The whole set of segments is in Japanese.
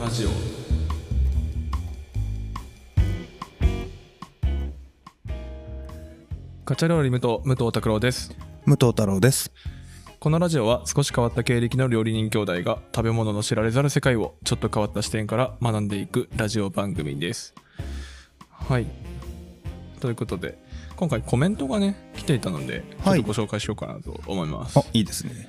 ラジオガチャ料理武藤武藤拓郎です武藤太郎です。このラジオは少し変わった経歴の料理人兄弟が食べ物の知られざる世界をちょっと変わった視点から学んでいくラジオ番組ですはいということで今回コメントがね来ていたのでちょっはいとご紹介しようかなと思います、あ、いいですね。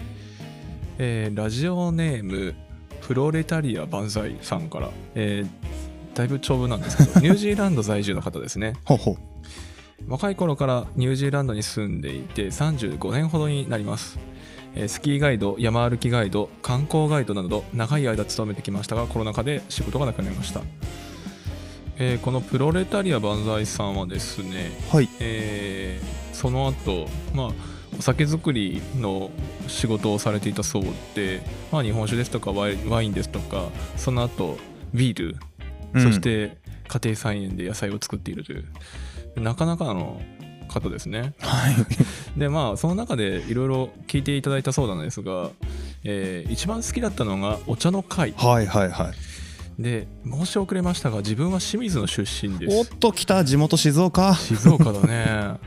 えーラジオネームプロレタリア万歳さんから、えーだいぶ長文なんですけどニュージーランド在住の方ですねほうほう。若い頃からニュージーランドに住んでいて35年ほどになりますえースキーガイド山歩きガイド観光ガイドなど長い間勤めてきましたがコロナ禍で仕事がなくなりました、えーこのプロレタリア万歳さんはですねはい。えーその後、まあお酒造りの仕事をされていたそうで、まあ、日本酒ですとかワイワインですとかその後ビール、うんそして家庭菜園で野菜を作っているというなかなかの方ですねはい。 でまあその中でいろいろ聞いていただいたそうなんですが、えー一番好きだったのがお茶の会はいはいはい。で申し遅れましたが自分は清水の出身ですおっと来た地元静岡。静岡だね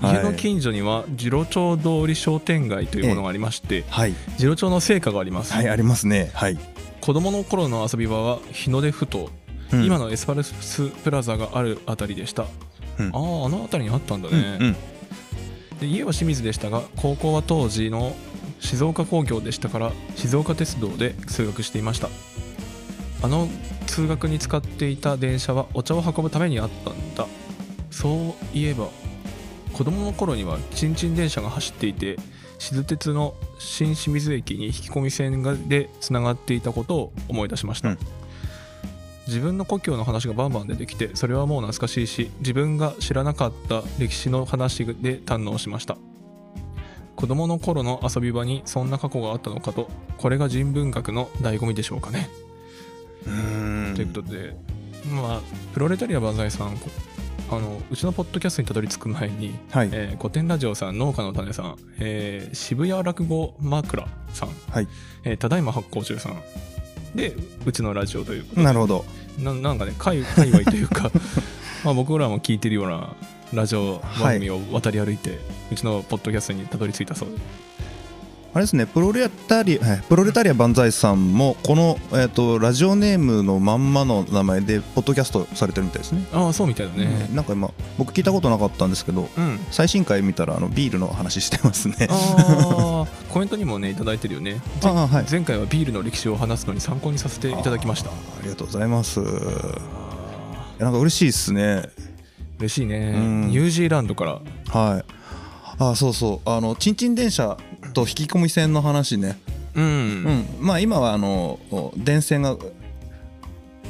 はい家の近所には次郎町通り商店街というものがありましてはい。次郎町の成果があります、はいありますね。はい。子供の頃の遊び場は日の出ふ頭、うん今のエスパルスプラザがあるあたりでした、うんあああの辺りにあったんだうんね、で家は清水でしたが高校は当時の静岡工業でしたから静岡鉄道で通学していましたあの通学に使っていた電車はお茶を運ぶためにあったんだそういえば子供の頃にはちんちん電車が走っていて静鉄の新清水駅に引き込み線がでつながっていたことを思い出しました、うん自分の故郷の話がバンバン出てきてそれはもう懐かしいし自分が知らなかった歴史の話で堪能しました子供の頃の遊び場にそんな過去があったのかとこれが人文学の醍醐味でしょうかね、うん。うーんということでまあプロレタリア万歳さんこあのうちのポッドキャストにたどり着く前にはいえー、古典ラジオさん農家の種さん、えー渋谷落語枕さん、はい。えーただいま発行中さんでうちのラジオというなるほど。ななんかね界界隈という かまあ僕らも聞いてるようなラジオ番組を渡り歩いて、うちのポッドキャストにたどり着いたそうであれですね。プロレタリアえプロレタリア万歳さんもこのえっとラジオネームのまんまの名前でポッドキャストされてるみたいですね。ああそうみたいだねなんか今僕聞いたことなかったんですけど。うん、最新回見たらあのビールの話してますね。 ああコメントにもね頂いただいてるよねあ あはい。前回はビールの歴史を話すのに参考にさせていただきましたあーありがとうございます。あいやなんか嬉しいですね。ー嬉しいね、うんニュージーランドからはい。あ、そうそう。あのチンチン電車と引き込み線の話ね。うんうん。まあ今はあの電線が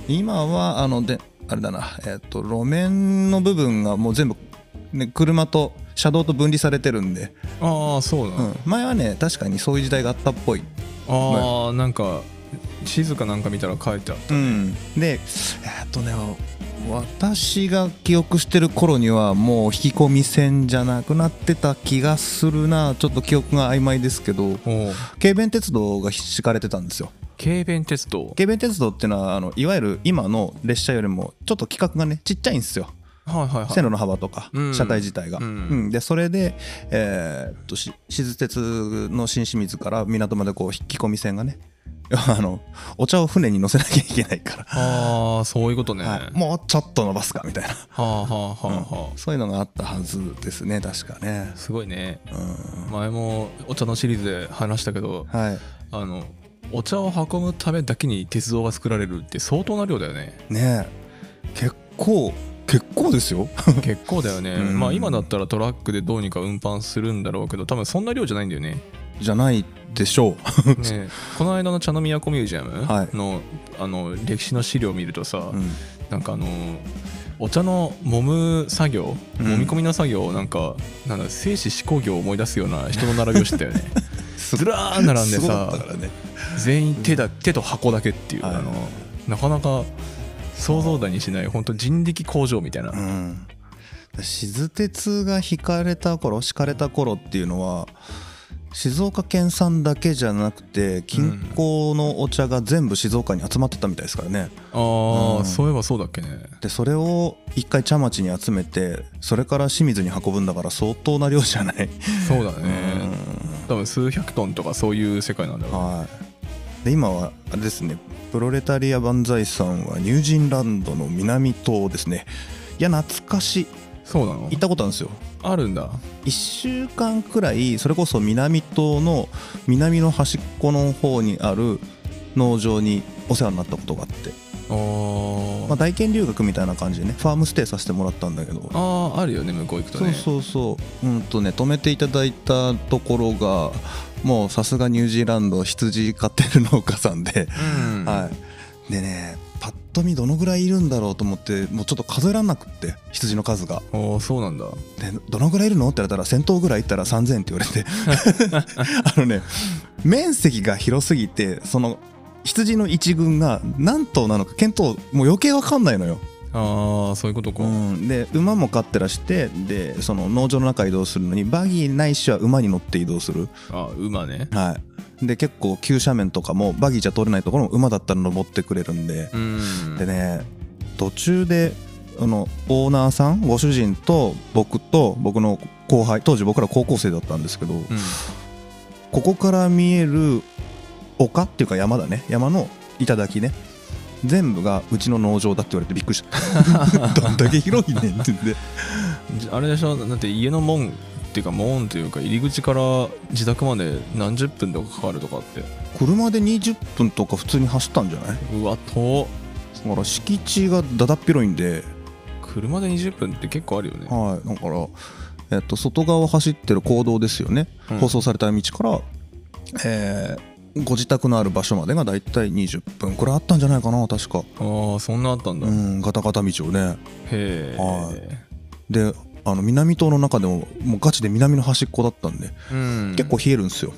今はあのであれだな。えっ、と路面の部分がもう全部ね車と車道と分離されてるんで、ああそうだ、うん、前はね確かにそういう時代があったっぽい。ああなんか地図かなんか見たら書いてあるうん、でえっとね私が記憶してる頃にはもう引き込み線じゃなくなってた気がするなちょっと記憶が曖昧ですけどおう軽便鉄道が敷かれてたんですよ軽便鉄道軽便鉄道っていうのはあのいわゆる今の列車よりもちょっと規格がねちっちゃいんですよはいはいはい線路の幅とかうん車体自体が、うんうんでそれで、えーっとし静鉄の新清水から港までこう引き込み線がね あのお茶を船に乗せなきゃいけないからああそういうことね、はい、もうちょっと伸ばすかみたいな、はあはあはあはあ、そういうのがあったはずですね確かね、すごいねうん、前もお茶のシリーズで話したけどはあのお茶を運ぶためだけに鉄道が作られるって相当な量だよ ねいねえ結構結構ですよ結構だよね、うんまあ今だったらトラックでどうにか運搬するんだろうけど多分そんな量じゃないんだよねじゃないでしょうねこの間の茶の都ミュージアムはいの,、あの歴史の資料を見るとさ、 うんなんかあのーお茶の揉む作業、うん揉み込みの作業をなんかなんだ生死思考業を思い出すような人の並びをして たよねずらーん並んですごかったさからね全員手だ手と箱だけっていう、はいあのなかなか想像だにしない本当人力工場みたいな、うん静鉄が引かれた頃敷かれた頃っていうのは静岡県産だけじゃなくて近郊のお茶が全部静岡に集まってたみたいですからねああ、うんそういえばそうだっけねでそれを一回茶町に集めてそれから清水に運ぶんだから相当な量じゃない、そうだね多分数百トンとかそういう世界なんだうんろうはいで今はあれですねプロレタリア万歳さんはニュージーランドの南島ですねいや懐かしいそうなの行ったことあるんですよあるんだ1週間くらいそれこそ南島の南の端っこの方にある農場にお世話になったことがあって、あー、まあ、大研留学みたいな感じでねファームステイさせてもらったんだけどあーあるよね向こう行くとそうねそうそううんとね泊めていただいたところがもうさすがニュージーランド羊飼ってる農家さんで、うん、はいでねパッと見どのぐらいいるんだろうと思ってもうちょっと数えらんなくって羊の数がおーそうなんだでどのぐらいいるのって言われたら1,000頭ぐらいいったら3,000って言われて あのね面積が広すぎてその羊の一群が何頭なのか見当もう余計わかんないのよ、ああそういうことか、うん、で馬も飼ってらしてでその農場の中移動するのにバギーないしは馬に乗って移動するあ馬ねはいで結構急斜面とかもバギーじゃ通れないところも馬だったら登ってくれるんで、うんでね途中であのオーナーさんご主人と僕と僕の後輩当時僕ら高校生だったんですけど、うんここから見える丘っていうか山だね山の頂ね全部がうちの農場だって言われてびっくりした どんだけ広いねんって言ってじゃあれでしょだって家の門っていうか門というか入り口から自宅まで何十分とかかかるとかって車で20分とか普通に走ったんじゃないうわ遠っだから敷地がだだっ広いんで車で20分って結構あるよね、はいだからえっと外側を走ってる公道ですよねうん舗装された道から、えーご自宅のある場所までがだいたい20分これあったんじゃないかな確かああそんなあったんだ、うへんガタガタ道をねえ、はであの南島の中でももうガチで南の端っこだったんで、うん、結構冷えるんですよ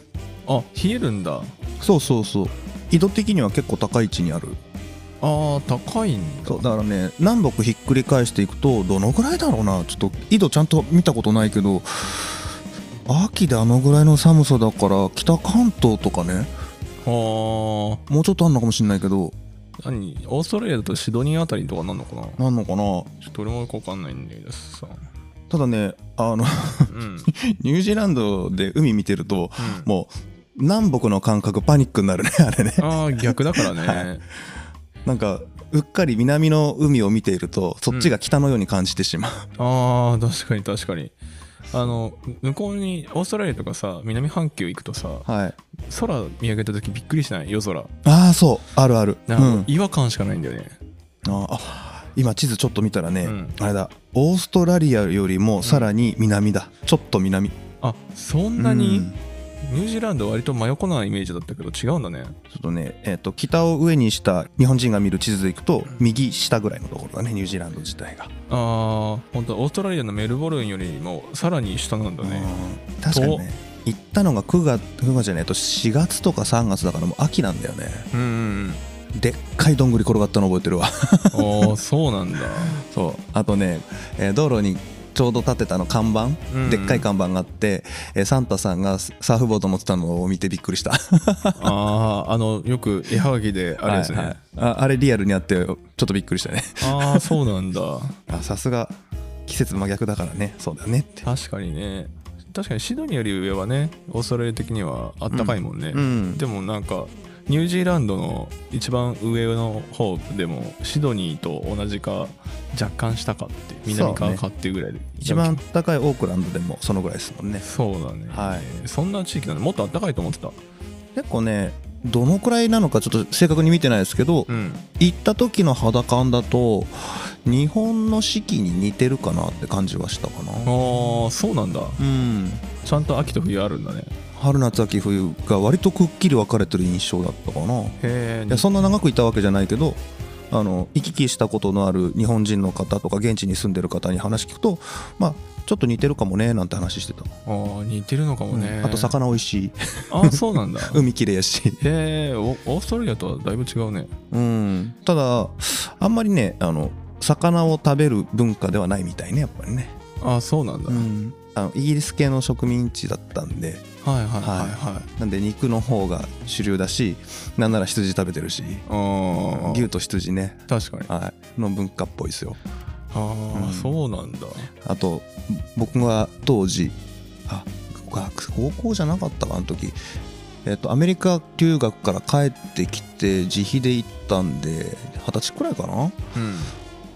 あ冷えるんだあそうそうそう緯度的には結構高い位置にあるあ高いんだそうだからね南北ひっくり返していくとどのぐらいだろうなちょっと緯度ちゃんと見たことないけど秋であのぐらいの寒さだから北関東とかねはもうちょっとあんのかもしれないけどあ何オーストラリアだとシドニーあたりとかなんのかなちょなんのかなっと俺もよくわかんないんだけどさただねあの うん、うん、ニュージーランドで海見てるともう南北の感覚パニックになるね あれね ああ逆だからね、はなんかうっかり南の海を見ているとそっちが北のように感じてしまう、あー確かに確かにあの向こうにオーストラリアとかさ南半球行くとさはい空見上げた時びっくりしない夜空ああそうあるあるなんかうん違和感しかないんだよね、ああ今地図ちょっと見たらね、うんあれだオーストラリアよりもさらに南だ、ちょっと南あそんなに、うんちニュージーランドは割と真横なイメージだったけど違うんだねょっとね、えっと北を上にした日本人が見る地図でいくと右下ぐらいのところだねニュージーランド自体が、ああ本当オーストラリアのメルボルンよりもさらに下なんだねうん確かにね行ったのが9月9月じゃないえっと4月とか3月だからもう秋なんだよねうんうんでっかいどんぐり転がったの覚え てるわうんああそうなん だそうあとね、えー道路にちょうど立てたあの看板、うんうんでっかい看板があって、えーサンタさんがササーフボード乗ってたのを見てびっくりしたあああのよく絵はがきであれですね、はいはいああれリアルにあってちょっとびっくりしたねああそうなんだ あさすが季節真逆だからねそうだねって確かにね確かにシドニーより上はねオーストラリア的にはあったかいもんね、うんでもなんかニュージーランドの一番上の方でもシドニーと同じか若干下かって南そうかねかっていうぐらいで、一番高いオークランドでもそのぐらいですもんねそうだね、はいそんな地域なのもっとあったかいと思ってた結構ねどのくらいなのかちょっと正確に見てないですけど、うん行った時の肌感だと日本の四季に似てるかなって感じはしたかなああそうなんだうんちゃんと秋と冬あるんだね春夏秋冬が割とくっきり分かれてる印象だったかないへえやそんな長くいたわけじゃないけどあの行き来したことのある日本人の方とか現地に住んでる方に話聞くとまあちょっと似てるかもねなんて話してた、あー似てるのかもね、あと魚美味 しいあー そうなんだへ海きれいやしえオーストラリアとはだいぶ違うねうんただあんまりねあの魚を食べる文化ではないみたいねやっぱりね、ああそうなんだ、あのイギリス系の植民地だったんではいはいはいはいなんで肉の方が主流だしなんなら羊食べてるしあ牛ーと羊ね、確かにあはい、の文化っぽいですよあ、うんそうなんだあと僕は当時あ学高校じゃなかったかあの時、えっとアメリカ留学から帰ってきて自費で行ったんで二十歳くらいかなうん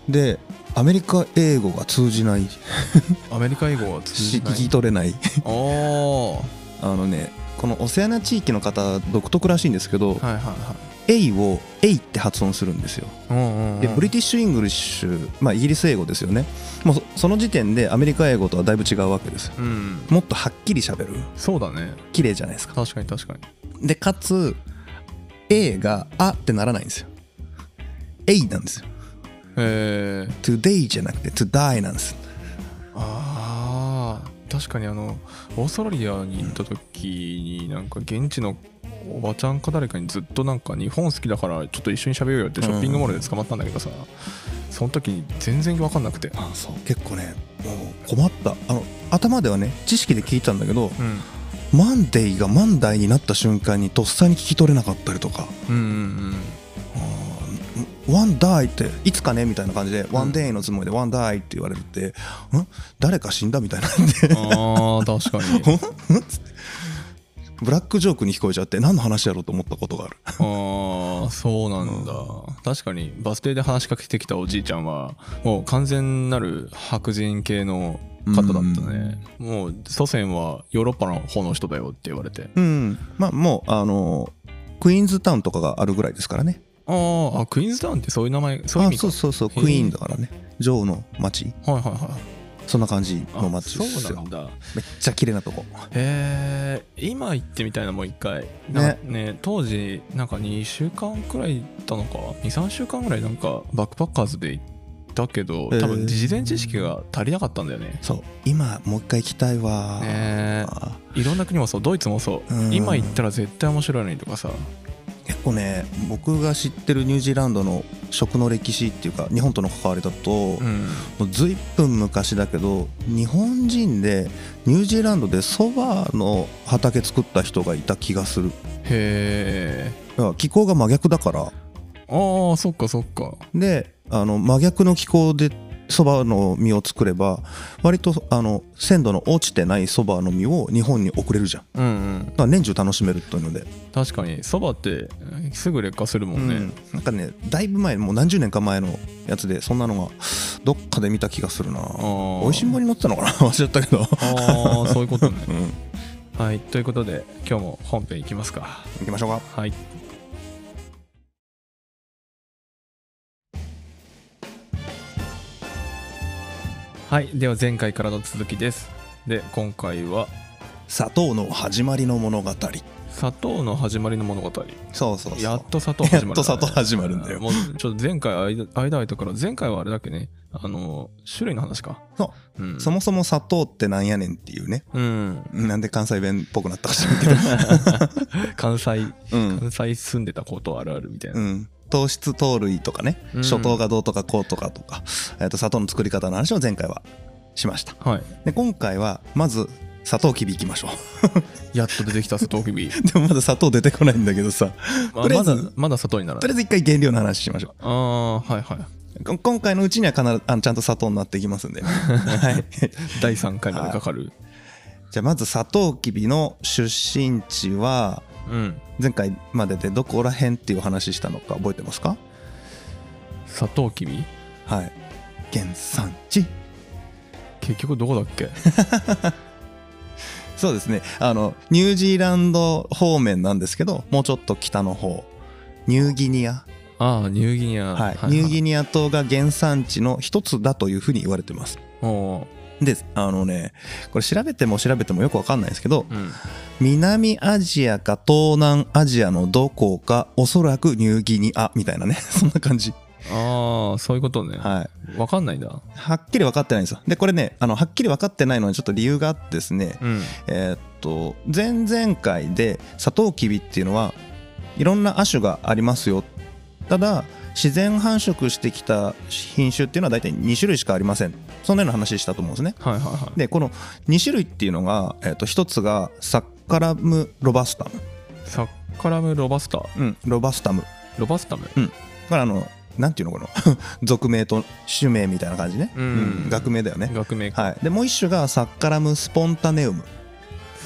でアメリカ英語が通じないアメリカ英語は通しじな聞いき取 れないああはあのねこのオセアニア地域の方独特らしいんですけどいはいは「エイ」を「エイ」って発音するんですよいうんうんでうんブリティッシュ・イングリッシュ、まあ、イギリス英語ですよねもうそその時点でアメリカ英語とはだいぶ違うわけですようんもっとはっきり喋るそうだね綺麗じゃないですか確かに確かにでかつ「A」が「あ」ってならないんですよ「A」なんですよえー「today」じゃなくて「to die」なんですあー確かにあのオーストラリアに行った時になんか現地のおばちゃんか誰かにずっとなんか日本好きだからちょっと一緒に喋ようよってショッピングモールで捕まったんだけどさ、その時に全然分かんなくてあそう結構ねもう困ったあの頭ではね知識で聞いたんだけどうん「マンデー」が「マンダイ」になった瞬間にとっさに聞き取れなかったりとかうんうん「ワンダイ」って「いつかね」みたいな感じで「ワンデイ」のつもりで「ワンダイ」って言われてて「ん誰か死んだ?」みたいなん でうんあー確かに ブラックジョークに聞こえちゃって何の話やろうと思ったことがあるああそうなんだ、確かにバス停で話しかけてきたおじいちゃんはもう完全なる白人系の方だったね、もう祖先はヨーロッパの方の人だよって言われてうんまあもうあのクイーンズタウンとかがあるぐらいですからねあーあクイーンズタウンってそういう名前そういう意味あそかうそうそうへークイーンだからね女王の街はいはいはいそんな感じのあ街ですそうなよんだめっちゃ綺麗なとこへえ今行ってみたいなもう一回なんかね当時なんか2週間くらい行ったのか23週間ぐらいなんかバックパッカーズで行ったけどへー多分事前知識が足りなかったんだよねそう今もう一回行きたいわ、ねあーいろんな国もそうドイツもそう、うん今行ったら絶対面白いのにとかさ結構ね僕が知ってるニュージーランドの食の歴史っていうか日本との関わりだと、うんもう随分昔だけど日本人でニュージーランドでそばの畑作った人がいた気がするへえだから気候が真逆だからああそっかそっかであの真逆の気候でそばの実を作れば割とあの鮮度の落ちてないそばの実を日本に送れるじゃんだうんうんから年中楽しめるというので、確かにそばってすぐ劣化するもんね、うんなんかねだいぶ前もう何十年か前のやつでそんなのがどっかで見た気がするなー美味しんぼに乗ってたのかな 忘れちゃったけど、ああそういうことね うん、はいということで今日も本編いきますか行きましょうかはいはいでは前回からの続きですで今回は砂糖の始まりの物語砂糖の始まりの物語そうそうそうやっと砂糖始まる、やっと砂糖始まるんだよもうちょっと前回間間空いたから前回はあれだっけねあの種類の話か、そうん、そもそも砂糖ってなんやねんっていうね うんなんで関西弁っぽくなったか知らん けど関西うん、関西住んでたことあるあるみたいな、うん、糖質糖類とかねうん初糖がどうとかこうとかとか、えっと砂糖の作り方の話を前回はしましたはいで今回はまず砂糖きびいきましょやっと出てきた砂糖きび、 う でもまだ砂糖出てこないんだけどさまあ、とりあえまずだまだ砂糖にならとなりあいえず一回原料の話しましょああはいはいうこ今回のうちには必ずあのちゃんと砂糖になっていきま すんで、はい、第3回までかかるじゃあまず砂糖きびの出身地はうん前回まででどこら辺っていう話したのか覚えてますか砂糖きびはい原産地結局どこだっけ そうですねあのニュージーランド方面なんですけどもうちょっと北の方ニューギニア、ああニューギニアはいニューギニア島が原産地の一つだというふうに言われてますおーであのねこれ調べても調べてもよくわかんないですけどうん南アジアか東南アジアのどこかおそらくニューギニアみたいなね そんな感じああそういうことね、はいわかんないんだはっきり分かってないんですよでこれねあのはっきり分かってないのにちょっと理由があってですねうんえーっと前々回でサトウキビっていうのはいろんな亜種がありますよただ自然繁殖してきた品種っていうのは大体2種類しかありませんそんなような話したと思うんですねはいはいはいでこの2種類っていうのが、えーっと1つがサカラム・ロバスタム、サッカラムロバスタうん、ロバスタムロバスタムこれあのなんていうの かな俗名と種名みたいな感じね、うん学名だよね、学名はい、でもう一種がサッカラム・スポンタネウム、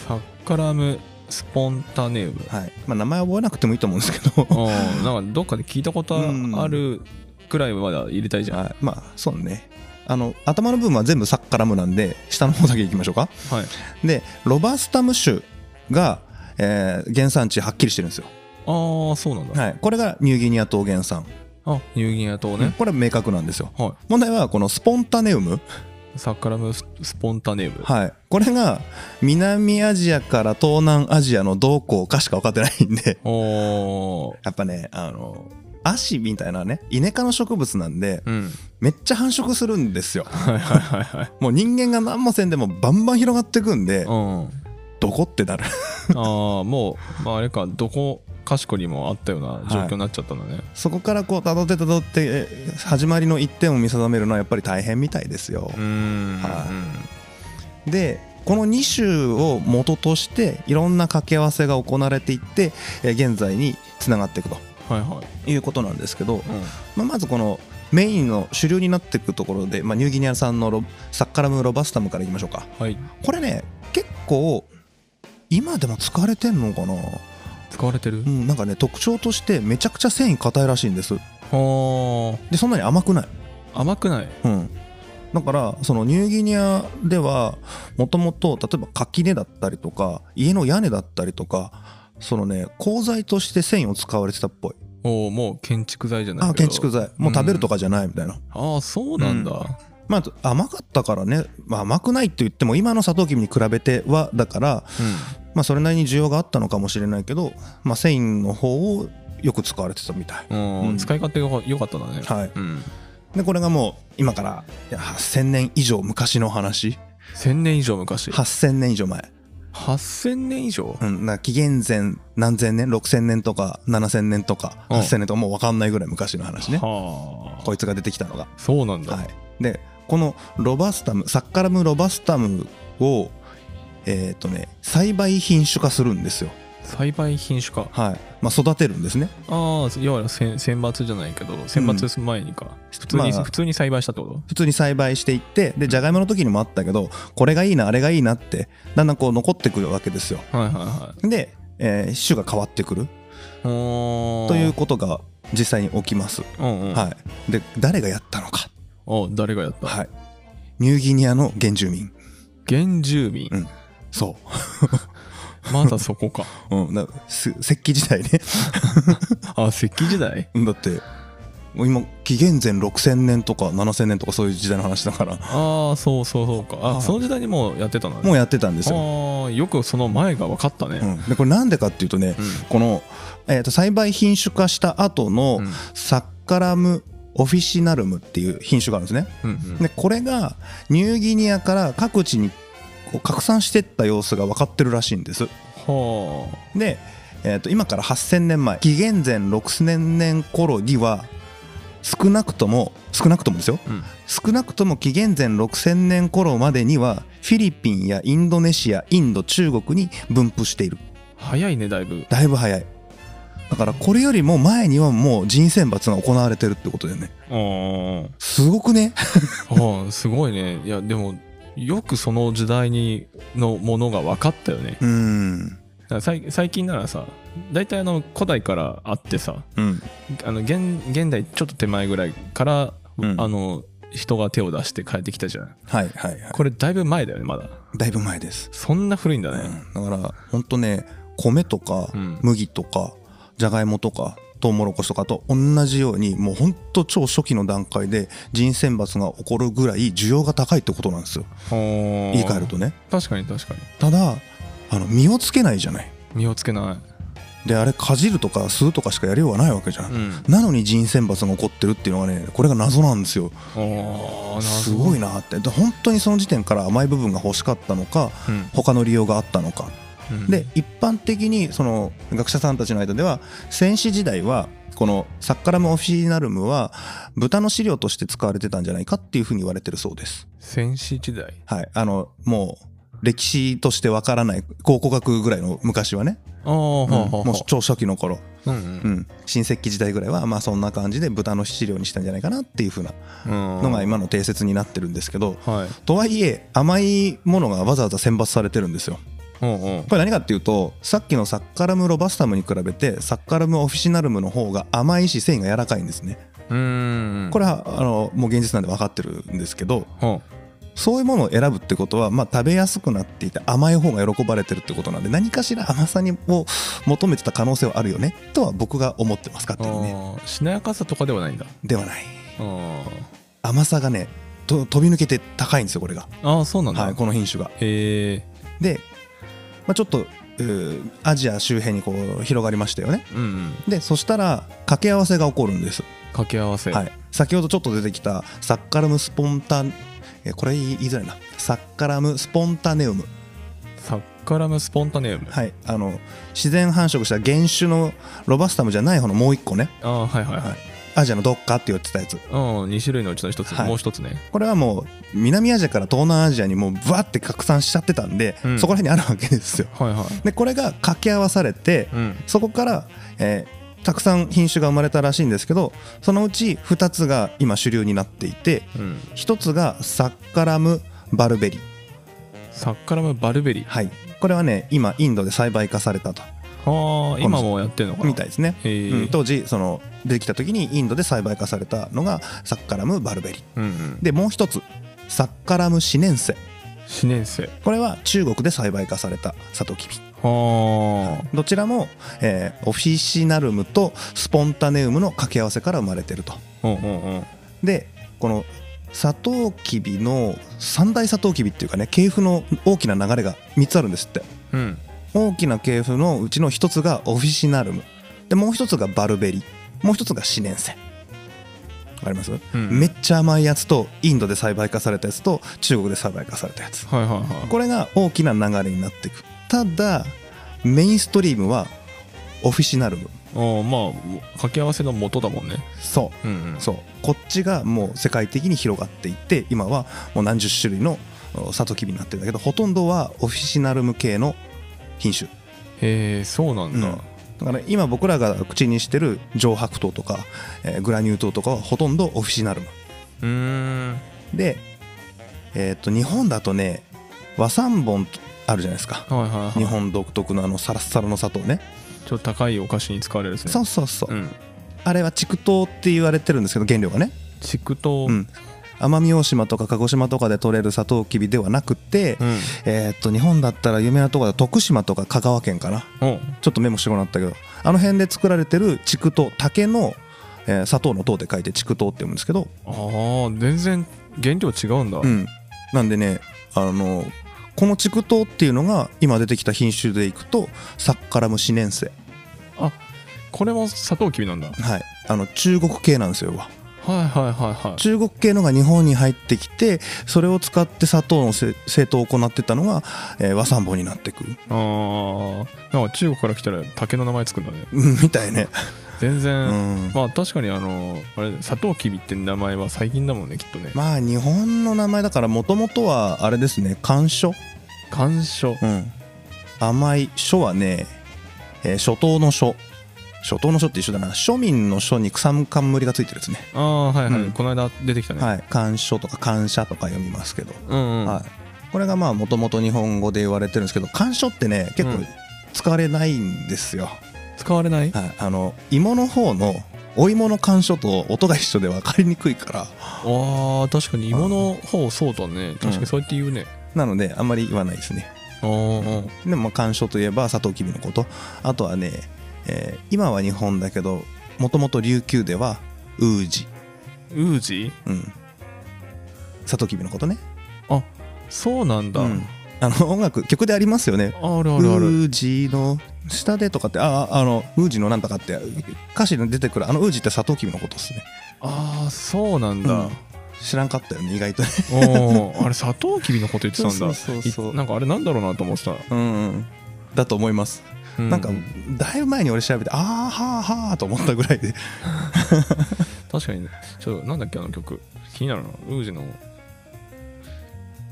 サッカラムスポンタネウ ムはいまあ、名前覚えなくてもいいと思うんですけどあーなんかどっかで聞いたことあるくらいまだ入れたいじゃん、はい、まあそうねあの頭の部分は全部サッカラムなんで下の方だけいきましょうかはい、でロバスタム種が、えー原産地はっきりしてるんですよ、ああそうなんだ、はい、これがニューギニア島原産、あニューギニア島ね、これは明確なんですよは問題はこのスポンタネウム、いサッカラムススポンタネウムはい、これが南アジアから東南アジアのどこかしか分かってないんでおーやっぱねあのアシみたいなねイネ科の植物なんでうんめっちゃ繁殖するんですよはいはいはいはいもう人間が何もせんでもバンバン広がってくんでうんどこってなるああもう、まあ、あれかどこかしこにもあったような状況になっちゃったのね、そこからこうたどってたどってえ始まりの一点を見定めるのはやっぱり大変みたいですようーん、はでこの2種を元としていろんな掛け合わせが行われていってえー現在につながっていくとはいはい、いうことなんですけど、うんまあ、まずこのメインの主流になっていくところで、まあ、ニューギニア産のロサッカラム・ロバスタムからいきましょうかはいこれね結構今でも使われてんのかな、使われてる、うん、なんかね特徴としてめちゃくちゃ繊維硬いらしいんですあでそんなに甘くない、あ甘くないうん、だからそのニューギニアではもともと例えば垣根だったりとか家の屋根だったりとかそのね鋼材として繊維を使われてたっぽいおーもう建築材じゃないあけど建築材もう食べるとかじゃないみたいな、ああそうなんだ、うまあ甘かったからね、まあ、甘くないって言っても今のサトウキビに比べてはだから、んまあ、それなりに需要があったのかもしれないけど、まあ、繊維の方をよく使われてたみたいうんうん使い勝手が良かったんだね、はいうん、でこれがもう今からいや8,000年以上昔の話1000年以上昔8,000年以上前、 8000年以上うん、なんか紀元前何千年6,000年とか7,000年とかうん8,000年とかもう分かんないぐらい昔の話ねはあこいつが出てきたのがそうなんだ、はい、でこのロバスタムサッカラムロバスタムをえっ、とね栽培品種化するんですよ栽培品種かはい、まあ、育てるんですねああいわゆる選選抜じゃないけど選抜する前にか、普通に、まあ普通に栽培したってこと普通に栽培していってでじゃがいもの時にもあったけどこれがいいなあれがいいなってだんだんこう残ってくるわけですよはいはいはで、えー種が変わってくるいおーということが実際に起きます、うんうんはい、で誰がやったのか、お誰がやった、はい、ニューギニアの原住民原住民、うんそまだそこ かう、うん、だす石器時代ね あ石器時代だってもう今紀元前6000年とか7000年とかそういう時代の話だからああそうそうそうかあ、はいその時代にもうやってたのねもうやってたんですよ、ああよくその前が分かったね、うん、でこれなんでかっていうとね、うんこの、えー、と栽培品種化した後のうんサッカラム・オフィシナルムっていう品種があるんですねうんうんでこれがニューギニアから各地にこう拡散してった様子が分かってるらしいんですはあで、えー、と今から8,000年前紀元前6,000年頃には少なくとも少なくともですようん少なくとも紀元前6,000年頃までにはフィリピンやインドネシアインド中国に分布している早いねだいぶだいぶ早いだからこれよりも前にはもう人選抜が行われてるってことだよねあすごくねあすごいねいやでもよくその時代にのものが分かったよねうーんだからさい最近ならさ大体あの古代からあってさうんあの現現代ちょっと手前ぐらいから、うんあの人が手を出して変えてきたじゃんはいはいはこれだいぶ前だよねまだいだいぶ前です、そんな古いんだね、うん、だからほんとね米とかうん麦とかじゃがいもとかトウモロコシとかと同じようにもうほんと超初期の段階で人選抜が起こるぐらい需要が高いってことなんですよ言言い換えるとね確かに確かにただあの身をつけないじゃない身をつけなであれかじるとか吸うとかしかやりようがないわけじゃい、ん、うん、なのに人選抜が起こってるっていうのがねこれが謎なんですよああすごいな、なってで本当にその時点から甘い部分が欲しかったのかうん他の利用があったのか、うんで一般的にその学者さんたちの間では戦死時代はこのサッカラム・オフィシナルムは豚の飼料として使われてたんじゃないかっていうふうに言われてるそうです戦士時代はいあのもう歴史としてわからない考古学ぐらいの昔はね、ああ、うはあ、んはあ。もう超初期の頃、うんう、うん。新石器時代ぐらいはまあそんな感じで豚の飼料にしたんじゃないかなっていう風なんのが今の定説になってるんですけどはい。とはいえ甘いものがわざわざ選抜されてるんですようんうん。これ何かっていうとさっきのサッカラムロバスタムに比べてサッカラムオフィシナルムの方が甘いし繊維が柔らかいんですねうーん。これ。れはあのもう現実なんで分かってるんですけどはそういうものを選ぶってことは、まあ、食べやすくなっていて甘い方が喜ばれてるってことなんで何かしら甘さにを求めてた可能性はあるよねとは僕が思ってます勝手にねああ。しなやかさとかではないんだ。ではないあ甘さがねと飛び抜けて高いんですよこれが、あ。ああ、そうなんだ。はい、この品種がへえ。で、まあ、ちょっとうーアジア周辺にこう広がりましたよねうんうん。でそしたら掛け合わせが起こるんです、掛け合わせ。はい、先ほどちょっと出てきたサッカラムスポンタンえこれ言いづらいなサッカラムスポンタネウムサッカラムスポンタネウム。はい、あの自然繁殖した原種のロバスタムじゃない方のもう一個ねああ、はいはいはい。アジアのどっかって言ってたやつうん、2種類のうちの1つ、はいもう1つね。これはもう南アジアから東南アジアにもうブワって拡散しちゃってたんで、うんそこら辺にあるわけですよはいはい。でこれが掛け合わされてうん。そこから、えーたくさん品種が生まれたらしいんですけどそのうち2つが今主流になっていてうん。 1つがサッカラムバルベリサッカラムバルベリー。はいこれはね今インドで栽培化されたとはあ、今もやってんのかなみたいですねへえ。うん、当時その出てきた時にインドで栽培化されたのがサッカラムバルベリうんうん。でもう一つサッカラムシネンセ四年生。これは中国で栽培化されたサトウキビはあ。どちらも、えーオフィシナルムとスポンタネウムの掛け合わせから生まれてるとうんうんうん。でこのサトウキビの三大サトウキビっていうかね系譜の大きな流れが3つあるんですってうん。大きな系譜のうちの1つがオフィシナルムでもう1つがバルベリもう1つがシネンセわかりますうんめっちゃ甘いやつとインドで栽培化されたやつと中国で栽培化されたやつはいはいはい。これが大きな流れになっていくただメインストリームはオフィシナルムああまあ掛け合わせの元だもんねそうんうそうこっちがもう世界的に広がっていって今はもう何十種類のおサトウキビになってるんだけどほとんどはオフィシナルム系の品種へえそうなんだ、うんだから今僕らが口にしてる上白糖とか、えーグラニュー糖とかはほとんどオフィシナルムうーんで、えーっと日本だとね和三本あるじゃないですかはいはいはい日本独特のあのサラッサラの砂糖ねちょっと高いお菓子に使われるですねそうそうそう、うんあれは竹糖って言われてるんですけど原料がね、竹とうん、奄美大島とか鹿児島とかで取れるサトウキビではなくて、うんえーっと日本だったら有名なところだと徳島とか香川県かなおちょっとメモしてもらったけどあの辺で作られてる竹糖竹の、えー砂糖の糖で書いて竹糖って読むんですけど、ああ全然原料違うんだ、うん、なんでねあのこの竹糖っていうのが今出てきた品種でいくとサッカラムシネンセあこれもサトウキビなんだはいはいあの中国系なんですよ要ははいはいはい中国系のが日本に入ってきてそれを使って砂糖のせ製糖を行ってたのが、えー和三本になってく る、ああなんか中国から来たら竹の名前つくんだねうん、みたいね、全う然、ん、まあ確かにあのあれサトウキビって名前は最近だもんねきっとねまあ日本の名前だからもともとはあれですね甘藷甘藷うん、甘い書はね、えー初等の書初等の書って一緒だな庶民の書に草む冠がついてるやつねああはいはい、うんこの間出てきたね、はい感書とか感謝とか読みますけど、うんうん、はい、これがまあもともと日本語で言われてるんですけど感書ってね結う構ん使われないんですよ、使われないはい、あの芋の方のお芋の感書と音が一緒で分かりにくいからあー確かに芋の方そうだね確かにそうやって言うね、なのであんまり言わないですねあーうん、でも鑑賞といえばサトウキビのことあとはね、えー今は日本だけどもともと琉球ではウージウージうんサトウキビのことね、あそうなんだ、うんあの音楽曲でありますよねあるウあるあるージの下でとかってあああのウージのなんとかって歌詞に出てくるあのウージってサトウキビのことですねああそうなんだ、知らんかったよね意外とねおーあれサトウキビのこと言ってたんだそうそうそうそういなんかあれなんだ ろうなと思ってた、うん、うん、だと思います、うなんかだいぶ前に俺調べてああはあはあと思ったぐらいで確かにねちょっとなんだっけあの曲気になるなウージの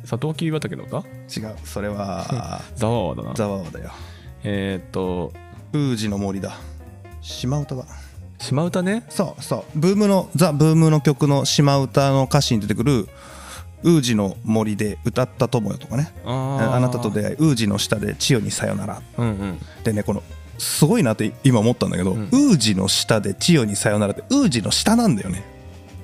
サトウキビ畑のか違うそれは ざわわだなざわわだよえーっと富士の森だ島唄だ島唄ねそうそうブームのザ・ブームの曲の島唄の歌詞に出てくる「ウージの森で歌った友よ」とかねあ「ーあなたと出会いウージの下で千代にさよならうんうん」でねこのすごいなって今思ったんだけど、うんウージの下で千代にさよならってウージの下なんだよね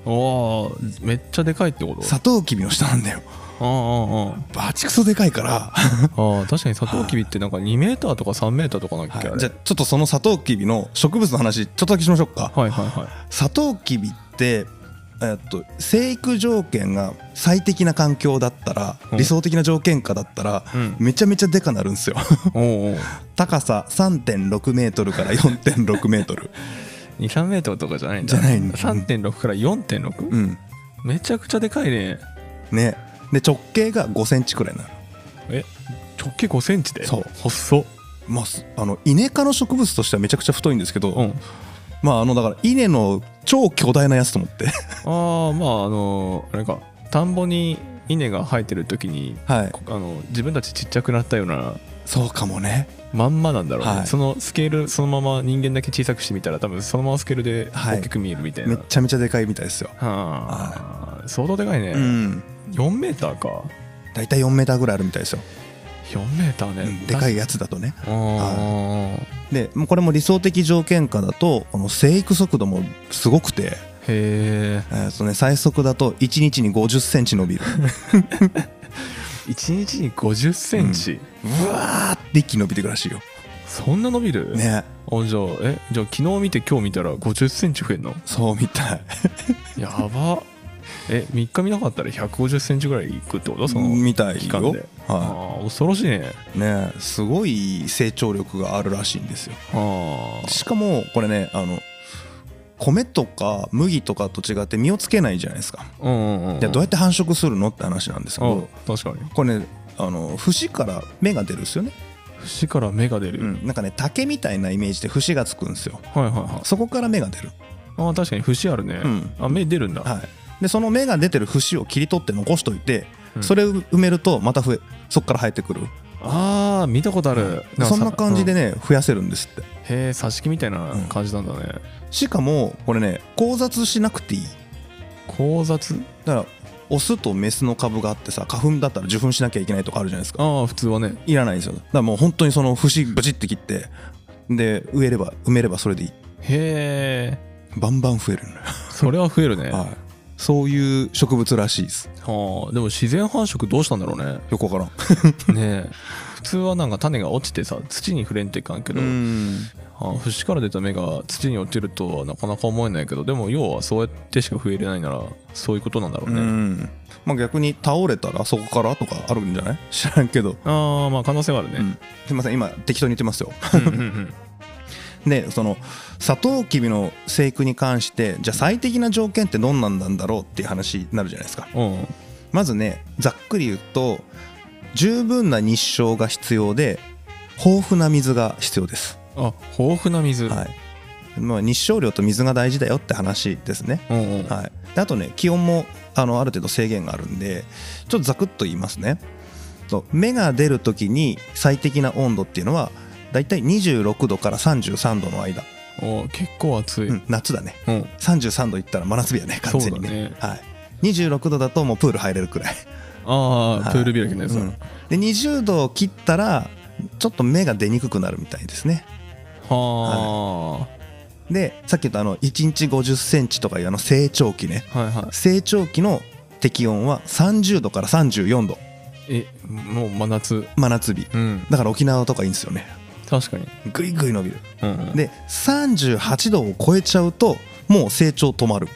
おーめっちゃでかいってことサトウキビの下なんだよあーあーバチクソでかいから、あーあー確かにサトウキビってなんか2メーターとか3メーターとかなっけ、あれ じゃあちょっとそのサトウキビの植物の話ちょっとだけしましょうかはいはいは サトウキビって、えっと、生育条件が最適な環境だったら、うん理想的な条件下だったら、うんめちゃめちゃデカなるんですよ いおうおう高さ3.6メートルから4.6メート ル23メートルとかじゃないんだじゃないんだ3.6から 4.6? うんめちゃくちゃでかいねねで直径が5センチくらいになるえ直径5センチでそう細っまあすあのイネ科の植物としてはめちゃくちゃ太いんですけど、うんまああのだからイネの超巨大なやつと思って ああまああのーあれか田んぼに稲が生えてる時にはいこあの自分たちちっちゃくなったようなそうかもねまんまなんだろうね、はいそのスケールそのまま人間だけ小さくしてみたら多分そのままスケールではい大きく見えるみたいめな、っはちゃめちゃでかいみたいですよあ相当でかいね、うん4メーターか大体4メーターぐらいあるみたいですよ、 4メーターね、うんでかいやつだとね確かあでもうこれも理想的条件下だとこの生育速度もすごくーへて、ええーとね、最速だと1日に5 0センチ伸 びる1日に5 0センチ、うわーって一気に伸びていくらしいよ、そんな伸びる、ね、あじゃあえじゃあ昨日見て今日見たら5 0センチ増えんのそうみたいやばえ3日見なかったら1 5 0ンチぐらいいくってことその、みたい期間よで、はああ恐ろしいねいね、すごい成長力があるらしいんですよあしかもこれねあの米とか麦とかと違って実をつけないじゃないですかあうんうんうんじゃあどうっやって繁殖するのって話なんですけど確かにこれねあの節から芽が出るんですよね節から芽が出る、うん、なんかね竹みたいなイメージで節がつくんですよはいはいはいそこから芽が出る、ああ確かに節あるね、うんあ芽出るんだ、はい、でその芽が出てる節を切り取って残しといて、うんそれを埋めるとまた増えそこから生えてくるああ見たことある、かさそんな感じでうんね、増やせるんですってへえ挿し木みたいな感じなんだね、しかもこれね交雑しなくていい交雑だからオスとメスの株があってさ花粉だったら受粉しなきゃいけないとかあるじゃないですかああ普通はねいらないんですよだからもう本当にその節ブチって切ってで植えれば埋めればそれでいいへえバンバン増えるのよ、それは増えるね、ははい、そういう植物らしいですあ、でも自然繁殖どうしたんだろうね横からねえ普通はなんか種が落ちてさ土に触れんといかんけど、んあ節から出た芽が土に落ちるとはなかなか思えないけどでも要はそうやってしか増えれないならそういうことなんだろうね、うんまあ、逆に倒れたらそこからとかあるんじゃない 知らんけど、ああまあ可能性はあるね、うんすいません今適当に言ってますよ うんうんでそのサトウキビの生育に関してじゃあ最適な条件ってどんなんなんだろうっていう話になるじゃないですかうんうんまずねざっくり言うと十分な日照が必要で豊富な水が必要です、あ豊富な水、はいまあ、日照量と水が大事だよって話ですねうんうんはい、であとね気温もあのある程度制限があるんでちょっとざくっと言いますねと芽が出る時に最適な温度っていうのはだいたい26度から33度の間、お結構暑い、うん、夏だねうん33度いったら真夏日やね完全にねそうだねはい、26度だともうプール入れるくらい、あはあいプール開きのやつだ、うんで20度を切ったらちょっと芽が出にくくなるみたいですねはでさっき言ったあの1日5 0センチとかいうあの成長期ねあ、はいはい成長期の適温は30度から34度えもう真夏真夏日うんだから沖縄とかいいんですよね確かに、ぐいぐい伸びるうんうん、で38度を超えちゃうともう成長止まる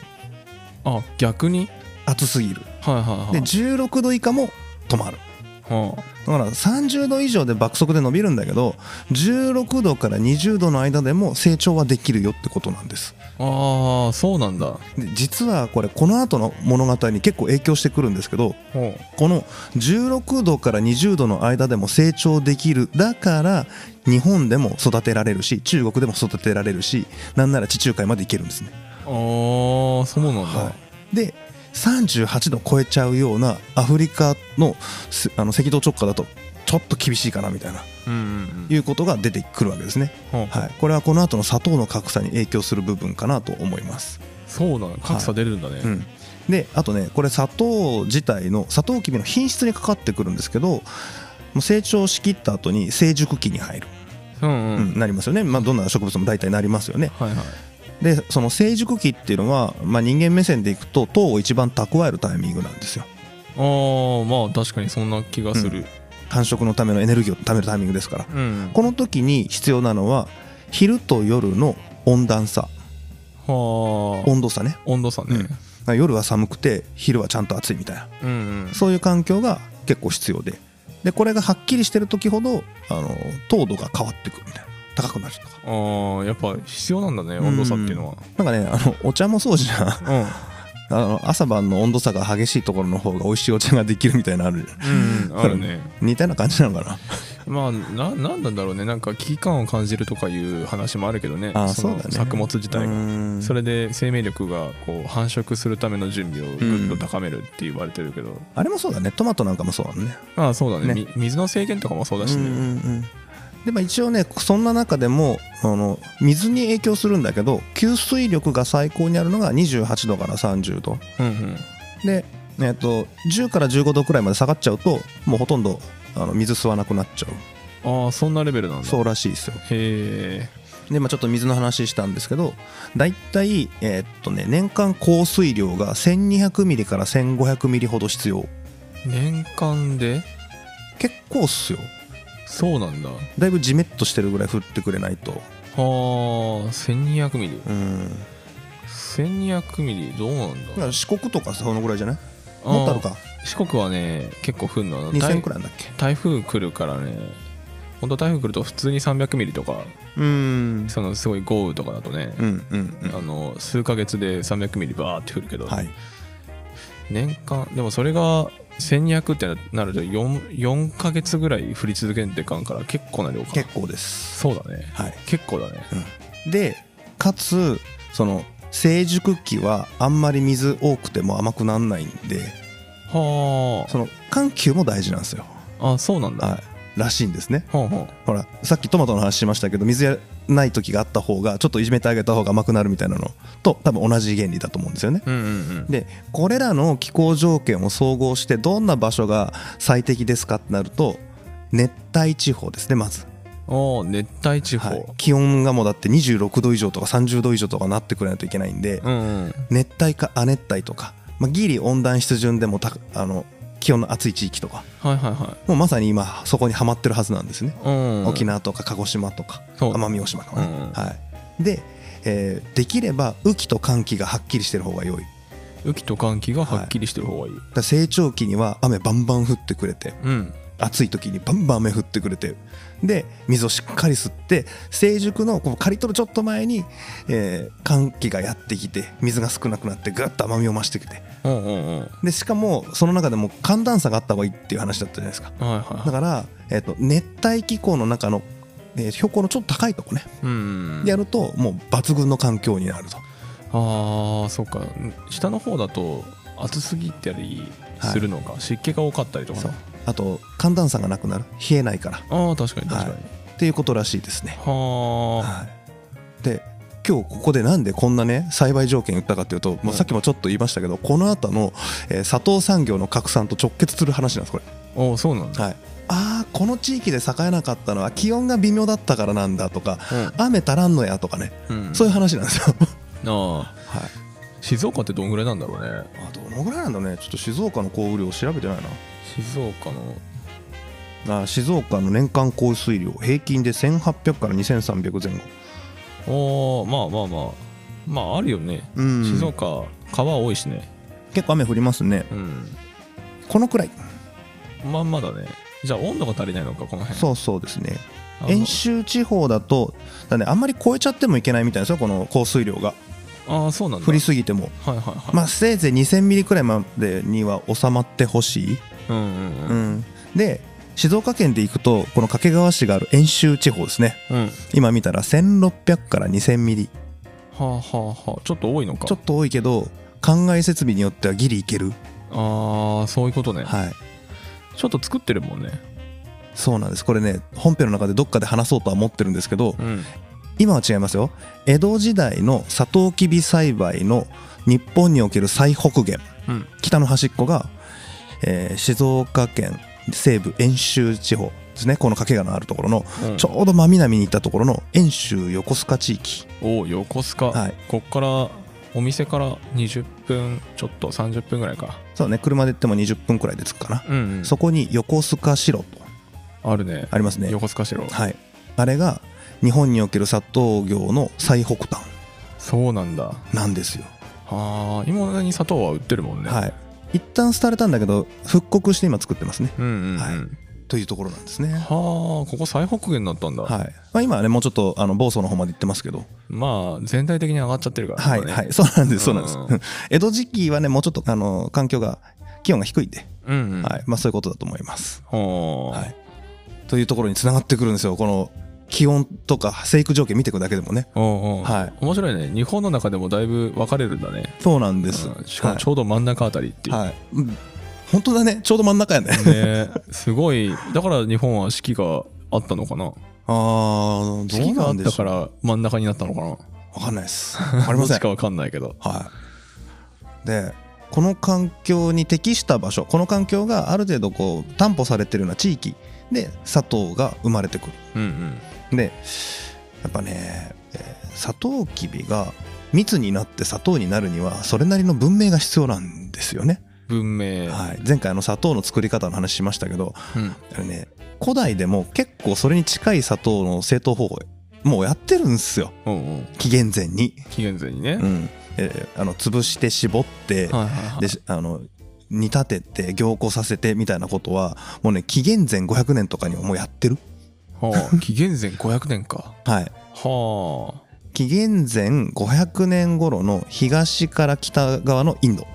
あ逆に暑すぎるはいはいはでい16度以下も止まるはあだから30度以上で爆速で伸びるんだけど16度から20度の間でも成長はできるよってことなんですあーそうなんだで実はこれこの後の物語に結構影響してくるんですけどほこの16度から20度の間でも成長できるだから日本でも育てられるし中国でも育てられるしなんなら地中海まで行けるんですね、うああそうなんだ、で38度超えちゃうようなアフリカのすあの赤道直下だとちょっと厳しいかなみたいなうんうんいうことが出てくるわけですね、うんはい、これはこの後の砂糖の格差に影響する部分かなと思います、そうなの格差出るんだね、うん、であとねこれ砂糖自体のサトウキビの品質にかかってくるんですけどもう成長しきった後に成熟期に入る、うんうん、うん、なりますよね、まあ、どんな植物も大体なりますよねはいはいでその成熟期っていうのは、まあ、人間目線でいくと糖を一番蓄えるタイミングなんですよあーまあ確かにそんな気がする繁殖のためのエネルギーを貯めるタイミングですからうん、この時に必要なのは昼と夜の温暖さはあ温度差ね温度差ね夜は寒くて昼はちゃんと暑いみたいなうんうんそういう環境が結構必要ででこれがはっきりしてる時ほどあの糖度が変わってくるみたいな高くなるとかあーやっぱ必要なんだね温度差っていうのはなんかねあのお茶もそうじゃん あうんの朝晩の温度差が激しいところの方が美味しいお茶ができるみたいなのあるじゃんうんうんあるね似たような感じなのかなまあななんなんだろうねなんか危機感を感じるとかいう話もあるけどねあーそのそうだね作物自体うがーんそれで生命力がこう繁殖するための準備をぐっと高めるって言われてるけど、あれもそうだねトマトなんかもそうだねまあそうだねねみ水の制限とかもそうだしね、うんうんうんでまあ、一応ねそんな中でもあの水に影響するんだけど吸水力が最高にあるのが28度から30度うんうんで、えっと10から15度くらいまで下がっちゃうともうほとんどあの水吸わなくなっちゃうああそんなレベルなんだそうらしいですよへえで、まあ、ちょっと水の話したんですけどだいたい、えっとね、年間降水量が1200ミリから1500ミリほど必要年間で結構っすよそうなんだはだいぶジメッとしてるぐらい降ってくれないとあ1200ミリうん1200ミリどうなんだかだら四国とかそのぐらいじゃないあもっとあるかー四国はね結構降るの2000く台らいなんだっけ台風来るからね本当台風来ると普通に300ミリとかうんそのすごい豪雨とかだとね、うんうんあの数ヶ月で300ミリバーって降るけど、はい年間でもそれが1200ってなると 4, 4ヶ月ぐらい降り続けんってかんから結構な量かな結構ですそうだねはい結構だねでかつその成熟期はあんまり水多くても甘くなんないんではその緩急も大事なんですよああそうなんだはいらしいんですねほうほほらさっきトマトの話しましたけど水やない時があった方がちょっといじめてあげた方が甘くなるみたいなのと多分同じ原理だと思うんですよねううんうんでこれらの気候条件を総合してどんな場所が最適ですかってなると熱帯地方ですねまず、うんおお熱帯地方、はい、気温がもうだって26度以上とか30度以上とかなってくれないといけないんで、うんうん熱帯か亜熱帯とか、まあ、ギリ温暖湿潤でもたあの気温の暑い地域とかはいはいはもうまさに今そこにはまってるはずなんですね、いうん沖縄縄とか鹿児島とかそう奄美大島とかね、うんはい、で、えーできれば雨季と寒季がはっきりしてる方が良いだか雨季と寒季がはっきりしてる方がいい、ら成長期には雨バンバン降ってくれてうん暑い時にバンバン雨降ってくれてで水をしっかり吸って成熟のこう刈り取るちょっと前に、えー寒気がやってきて水が少なくなってぐっと甘みを増してきてうんうんうんはいでしかもその中でも寒暖差があった方がいいっていう話だったじゃないですかはいだはから、えっと熱帯気候の中の、えー標高のちょっと高いとこねいうんでやるともう抜群の環境になるとああそうか下の方だと暑すぎたりするのか、湿気が多かったりとかそうねあと寒暖差がなくなる冷えないからああ確かに確かに、はっていうことらしいですねはあはいで今日ここでなんでこんなね栽培条件言ったかっていうと、まあ、さっきもちょっと言いましたけどこの後の、えー砂糖産業の拡散と直結する話なんですこれおおそうなんだ、はいああこの地域で栄えなかったのは気温が微妙だったからなんだとかうん雨足らんのやとかねうん、そういう話なんですよ、ああはい、静岡ってどんぐらいなんだろうね あどのぐらいなんだろうねちょっと静岡の降雨量調べてない静岡のなあ静岡の年間降水量平均で1800から2300前後おおまあまあまあまああるよね、うん静岡川多いしね結構雨降りますねうんこのくらいまんまだねじゃあ温度が足りないのかこの辺そうそうですねあの遠州地方だとだ、ね、あんまり超えちゃってもいけないみたいですよこの降水量がああそうなんだ降りすぎてもはいはいはい、まあせいぜい2000ミリくらいまでには収まってほしい、うんうんううんん、で静岡県で行くとこの掛川市がある遠州地方ですねうんは今見たら1600から2000ミリあはあはあちょっと多いのかちょっと多いけど灌漑設備によってはギリいけるああそういうことね、はいちょっと作ってるもんねそうなんですこれね本編の中でどっかで話そうとは思ってるんですけどうん今は違いますよ江戸時代のサトウキビ栽培の日本における最北限うん北の端っこが、えー静岡県西部遠州地方ですねこの掛川のあるところのうんちょうど真南に行ったところの遠州横須賀地域おお横須賀、はいこっからお店から20分ちょっと30分ぐらいかそうね車で行っても20分くらいで着くかな、うん、うん、そこに横須賀城とあるねありますね横須賀城はいあれが日本における砂糖業の最北端そうなんだなんですよ、ああ今だに砂糖は売ってるもんねはい一旦廃れたんだけど復刻して今作ってますねうんうんうん、ははいい、というところなんですねはあここ最北限になったんだ、はい、まあ、今はねもうちょっとあの房総の方まで行ってますけどまあ全体的に上がっちゃってるからはい今ねはいそうなんですそうなんですうん江戸時期はねもうちょっとあの環境が気温が低いんで、うんうんはいまあ、そういうことだと思います、ほーはい、というところにつながってくるんですよこの気温とか生育条件見ていくだけでもねおうおうはい面白いね日本の中でもだいぶ分かれるんだね、そうなんです、うんしかもちょうど真ん中あたりっていう、はい、はいうん本当だねちょうど真ん中やねねすごいだから日本は四季があったのかな四ああどう季がなあんっでたしかょうら真ん中になったのかな分かんないです分 かりまどせっんちか分かんないけどはい、でこの環境に適した場所この環境がある程度こう担保されてるような地域で砂糖が生まれてくうんうんるでやっぱね、えーサトウキビが密になって砂糖になるにはそれなりの文明が必要なんですよね、文明、はい、前回あの砂糖の作り方の話しましたけどうんあれね古代でも結構それに近い砂糖の製糖方法もうやってるんですよおうおう紀元前に、紀元前にね、うんえーあの潰して絞って、はいはいはいであの煮立てて凝固させてみたいなことはもうね紀元前500年とかにはもうやってるは あ、紀元前500年かはいは紀元前500年頃の東から北側のインド、あ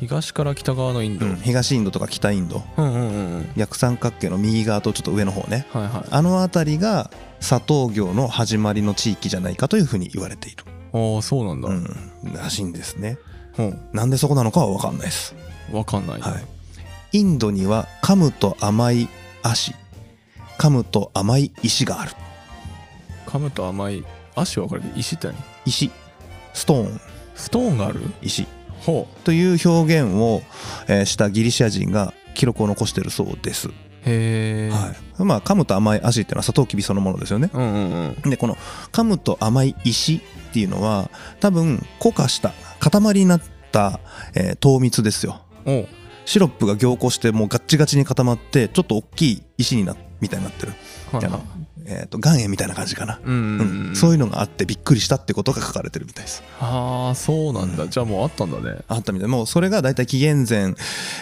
東から北側のインド、うん、東インドとか北インドうんうんうん逆三角形の右側とちょっと上の方ねはいはいあの辺りが砂糖業の始まりの地域じゃないかというふうに言われている、ああそうなんだ、うん、らしいんですねうん、なんでそこなのかは分かんないです、分かんない、はい、インドには噛むと甘い足噛むと甘い石がある噛むと甘い足分かれて石って何石ストーンストーンがある石ほという表現を、えーしたギリシア人が記録を残してるそうです、うへえ、はい、まあ噛むと甘い足っていうのはサトウキビそのものですよねうんうんうんでこの噛むと甘い石っていうのは多分固化した塊になった、えー糖蜜ですよおうシロップが凝固してもうガッチガチに固まってちょっと大きい石になみたいになってる、はいはいあのえー、と岩塩みたいな感じかな、うんうんううんん、そうういうのがあってびっくりしたってことが書かれてるみたいですああそうなんだ、うんじゃあもうあったんだねあったみたいもうそれが大体紀元前、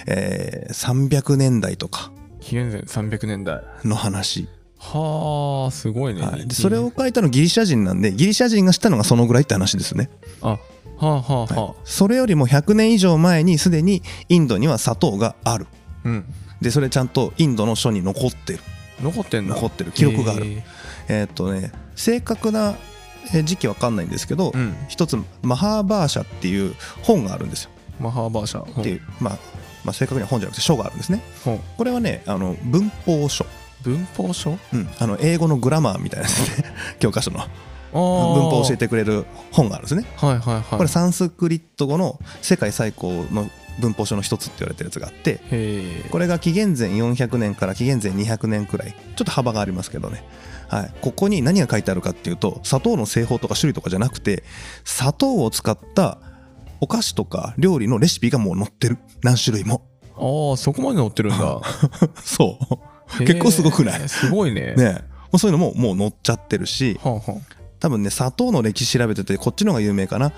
えー300年代とか紀元前300年代の話、はあすごいね、はい、でそれを書いたのギリシャ人なんでギリシャ人がしたのがそのぐらいって話ですねあはあはあはあ、それよりも100年以上前にすでにインドには砂糖があるうんでそれちゃんとインドの書に残ってる残ってんだ残ってる記録があるへええーっとね正確なえー時期わかんないんですけど、うん一つマハーバーシャっていう本があるんですよマハーバーシャっていうう、まあ、まあ正確には本じゃなくて書があるんですねほうこれはねあの文法書文法書うん、あの英語のグラマーみたいなですね 教科書の文文法を教えてくれる本があるんですねはいはいはいこれサンスクリット語の世界最高の文法書の一つって言われてるやつがあってへえこれが紀元前400年から紀元前200年くらいちょっと幅がありますけどね、はい、ここに何が書いてあるかっていうと砂糖の製法とか種類とかじゃなくて砂糖を使ったお菓子とか料理のレシピがもう載ってる何種類もああそこまで載ってるんだそう結構すごくないへえすごいねねえもうそういうのももう載っちゃってるしはあは多分ね砂糖の歴史調べててこっちの方が有名かな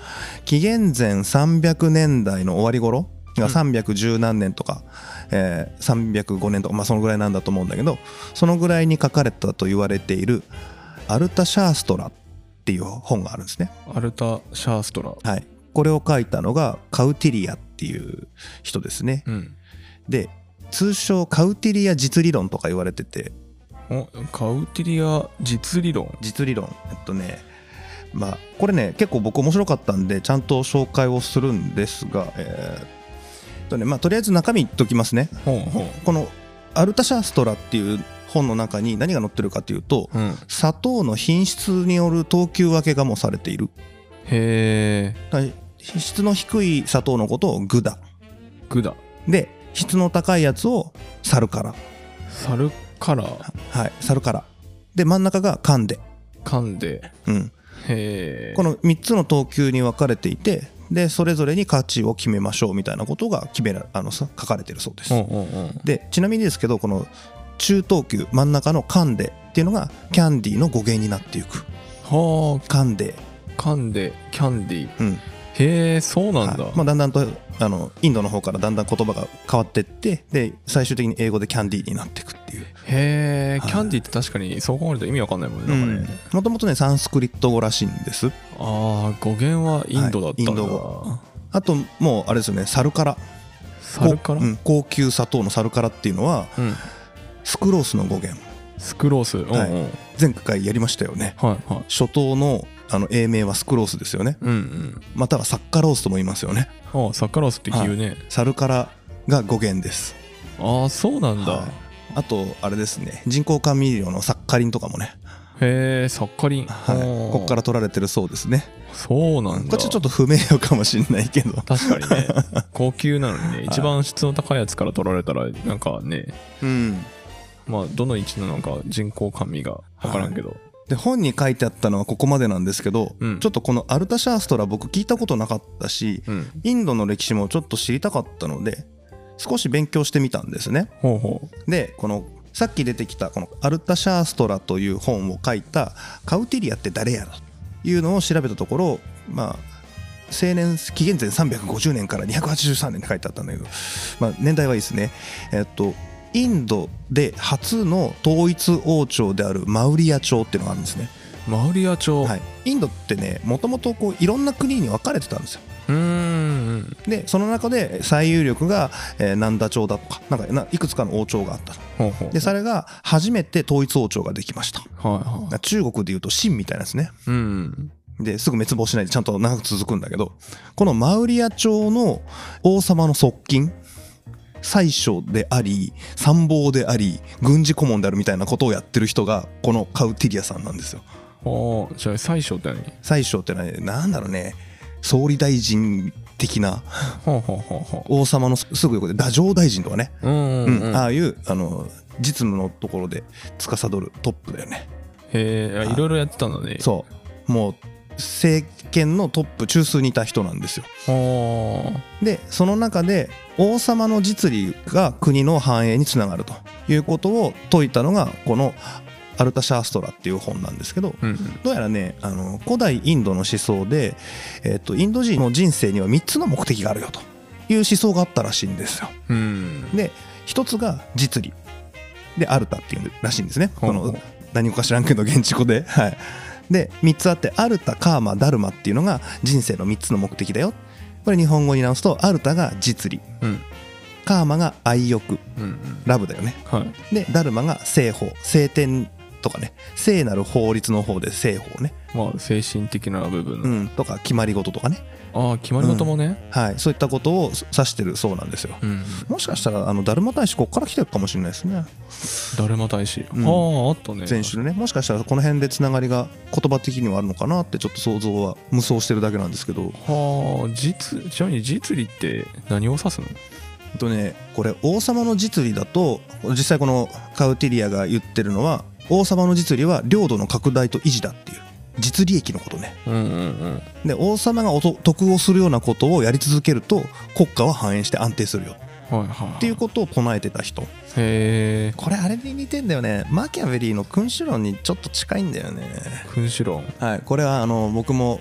紀元前300年代の終わり頃がうん310何年とか、えー305年とかまあそのぐらいなんだと思うんだけどそのぐらいに書かれたと言われている「アルタ・シャーストラ」っていう本があるんですね。あアルタ・シャーストラはい、これを書いたのがカウティリアっていう人ですね。うんで通称カウティリア実理論とか言われてておカウティリア実理論実理論えっとねまあ、これね結構僕面白かったんでちゃんと紹介をするんですが、えーっとねまあ、とりあえず中身言っときますねほうほこの「アルタシャストラ」っていう本の中に何が載ってるかというとう、うん、へ砂糖の品質による等級分けがもうされているえだから質の低い砂糖のことをグダグダで質の高いやつをサルカラサルカラーはいサルカラで真ん中がカンデ噛んでうんへえこの3つの等級に分かれていてでそれぞれに価値を決めましょうみたいなことが決めらあのさ書かれてるそうです、うんうんうんでちなみにですけどこの中等級真ん中のカンデっていうのがキャンディーの語源になっていくはカンデあ噛んでキャンディーうんへえそうなんだ、はいまあ、だんだんとあのインドの方からだんだん言葉が変わってってで最終的に英語でキャンディーになっていくっていうへえ、はいキャンディーって確かにそう考えると意味わかんないもんねなんかね、もともとねサンスクリット語らしいんですああ語源はインドだったんだ、はいインド語あともうあれですよねサルカラサルカラ、こううん高級砂糖のサルカラっていうのはうんスクロースの語源スクロース、うんうん、ははいい前回やりましたよねはい初頭のあの英名はスクロースですよねうんうんまたはサッカロースとも言いますよねああサッカロースって言うね、サルカラが語源ですああそうなんだ、はいあとあれですね人工甘味料のサッカリンとかもね、へえサッカリン、はい、おーここから取られてるそうですねそうこなんだっちはちょっと不名誉かもしれないけど確かに ね高級なのにね一番質の高いやつから取られたらなんかねうんまあどの位置なのか人工甘味が分からんけど、で本に書いてあったのはここまでなんですけど、うんちょっとこのアルタシャーストラ僕聞いたことなかったしうんインドの歴史もちょっと知りたかったので少し勉強してみたんですねほうほうでこのさっき出てきたこの「アルタ・シャーストラ」という本を書いたカウティリアって誰やらというのを調べたところまあ青年紀元前350年から283年って書いてあったんだけど、まあ、年代はいいですねえっとインドで初の統一王朝であるマウリア朝っていうのがあるんですね、マウリア朝、はい、インドってねもともとこういろんな国に分かれてたんですようーんでその中で最有力が、えーナンダ朝だとかなんかないくつかの王朝があったほうほうでそれが初めて統一王朝ができましたはいはい中国でいうと秦みたいなですねうんですぐ滅亡しないでちゃんと長く続くんだけどこのマウリア朝の王様の側近宰相であり参謀であり軍事顧問であるみたいなことをやってる人がこのカウティリアさんなんですよああじゃあ最初って何宰相ってのはねなんだろうね総理大臣的なほうほうほうほ王様のすぐ横で太政大臣とかね、ううんうん、ううんん、へああいうあの実務のところで司るトップだよねえいろいろやってたんだねそうもう政権のトップ中枢にいた人なんですようああでその中で王様の実利が国の繁栄につながるということを説いたのがこの「アルタ・シャーストラ」っていう本なんですけどうんどうやらねあの古代インドの思想で、えっとインド人の人生には3つの目的があるよという思想があったらしいんですようんうんで一つが実利でアルタっていうらしいんですねほうこほうの何語か知らんけど現地語で はいで3つあってアルタカーマダルマっていうのが人生の3つの目的だよこれ日本語に直すとアルタが実利うんカーマが愛欲うんうんラブだよねはいでダルマが正法聖典とかね聖なる法律の方で正法ねまあ精神的な部分、うんとか決まり事とかねああ決まり事もねはいそういったことを指してるそうなんですようん、もしかしたらあのダルマ大使ここから来てるかもしれないですねだるま大使、うんあああったね前週のねもしかしたらこの辺でつながりが言葉的にはあるのかなってちょっと想像は無双してるだけなんですけどはあ実ちなみに実利って何を指すのえっとねこれ王様の実利だと実際このカウティリアが言ってるのは王様の実利は領土の拡大と維持だっていう実利益のことねうんうんうんで王様がおと得をするようなことをやり続けると国家は繁栄して安定するよはいはいっていうへことを唱えてた人えこれあれに似てんだよねマキャベリーの君主論にちょっと近いんだよね君主論はいこれはあの僕も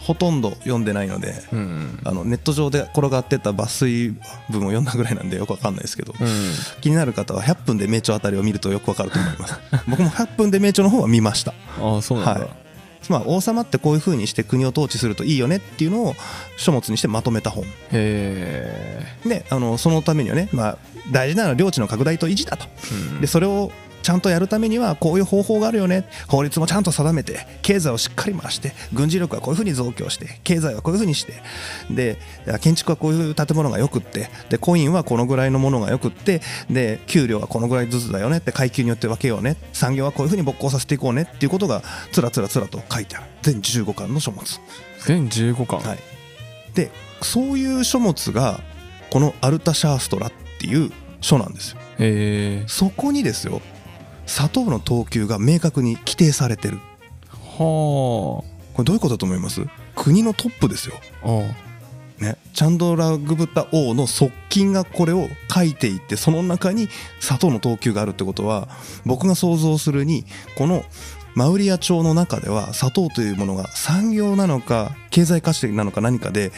ほとんど読んでないのでうんうんあのネット上で転がってた抜粋文を読んだぐらいなんでよくわかんないですけど、うん気になる方は100分で名著あたりを見るとよくわかると思います 僕も100分で名著の方は見ました、ああそうなんだ、はまあ、王様ってこういう風にして国を統治するといいよねっていうのを書物にしてまとめた本へえであのそのためにはね、まあ、大事なのは領地の拡大と維持だとでそれをちゃんとやるためにはこういう方法があるよね法律もちゃんと定めて経済をしっかり回して軍事力はこういうふうに増強して経済はこういうふうにしてで建築はこういう建物がよくってでコインはこのぐらいのものがよくってで給料はこのぐらいずつだよねって階級によって分けようね産業はこういうふうに勃興させていこうねっていうことがつらつらつらと書いてある全15巻の書物。全15巻、はい、でそういう書物がこの「アルタ・シャーストラ」っていう書なんですよえそこにですよ砂糖の等級が明確に規定されてー、るはこれどういうことだと思います国のトップですよ、あああね、チャンドラグブタ王の側近がこれを書いていってその中に砂糖の等級があるってことは僕が想像するにこのマウリア朝の中では砂糖というものが産業なのか経済価値なのか何かで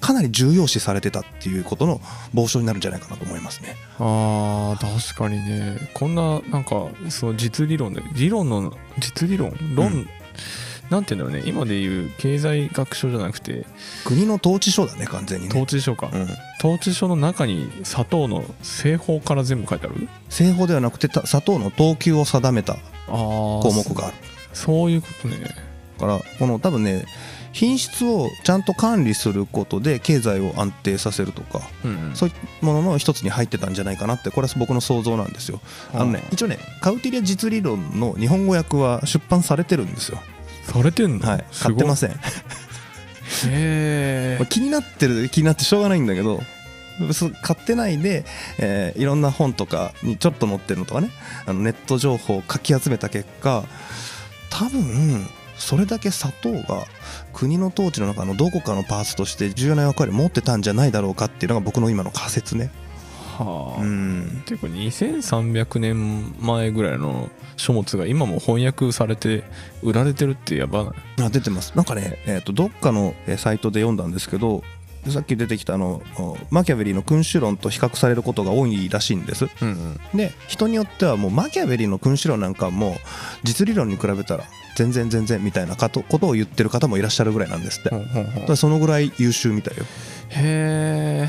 かなり重要視されてたっていうことの傍証になるんじゃないかなと思いますね。あー確かにねこんななんかその実理論で理論の実理論論、うんなんて言うんだろうね今で言う経済学書じゃなくて国の統治書だね完全にね統。治書か、うん統治書の中に砂糖の製法から全部書いてある製法ではなくてた砂糖の等級を定めたあ項目かがあるそういうことねだからこの多分ね品質をちゃんと管理することで経済を安定させるとかうんうんそういうものの一つに入ってたんじゃないかなってこれは僕の想像なんですよあのね一応ねカウティリア実理論の日本語訳は出版されてるんですよされてんの、はい買ってますせんごいへえ気になってる気になってしょうがないんだけどそう買ってないで、えーいろんな本とかにちょっと載ってるのとかねあのネット情報をかき集めた結果多分それだけ砂糖が国の統治の中のどこかのパーツとして重要な役割を持ってたんじゃないだろうかっていうのが僕の今の仮説ね。はあ、うんていうか2300年前ぐらいの書物が今も翻訳されて売られてるってやばないあ出てますなんかね、えー、とどっかのえーサイトで読んだんですけどさっき出てきたあのおマキャベリーの君主論と比較されることが多いらしいんですうんうんで人によってはもうマキャベリの君主論なんかも実理論に比べたら全然全然みたいなかとことを言ってる方もいらっしゃるぐらいなんですって、ほだかんほんほんらそのぐらい優秀みたいよへえ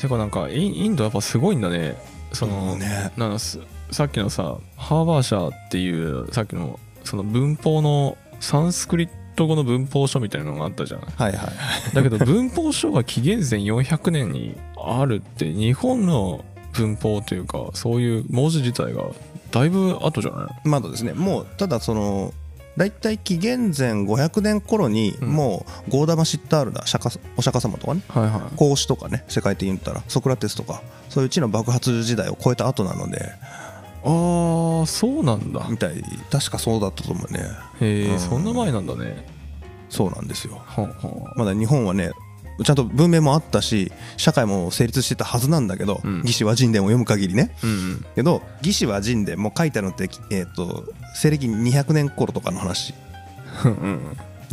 てかなんかインインドやっぱすごいんだねその、うんねなんかすさっきのさハーバー社っていうさっきのその文法のサンスクリット語の文法書みたいなのがあったじゃんはいはいだ けど文法書が紀元前400年にあるって日本の文法というかそういう文字自体がだいぶ後じゃないまだですねもうただその大体紀元前500年頃にうんもうゴーダマ・シッタールだ釈迦お釈迦様とかねはいは孔子とかね世界的に言ったらソクラテスとかそういう地の爆発時代を超えた後なのでああそうなんだみたい確かそうだったと思うねへえ、うんそんな前なんだねそうなんですよはんはんまだ日本はねちゃんと文明もあったし社会も成立してたはずなんだけど「うん魏志倭人伝」を読む限りねうんうんけど「魏志倭人伝」も書いてあるのって、えー、と西暦200年頃とかの話うんうん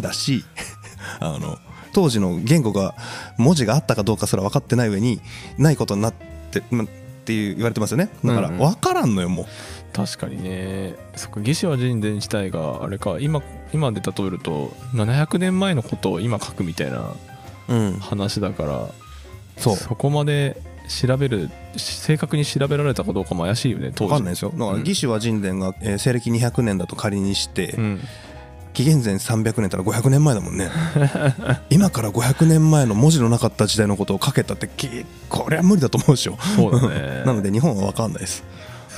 だし あの当時の言語が文字があったかどうかすら分かってない上にないことになって、ま、っていう言われてますよねだからうんうん分からんのよもう、確かにねそっか魏志倭人伝自体があれか今今で例えると700年前のことを今書くみたいなうん、話だからそうこまで調べるし正確に調べられたかどうかも怪しいよね当時分かんないですよだからうん魏志倭人伝が、えー西暦200年だと仮にして、うん紀元前300年たら500年前だもんね 今から500年前の文字のなかった時代のことを書けたってきこれは無理だと思うでしょそうだね なので日本は分かんないです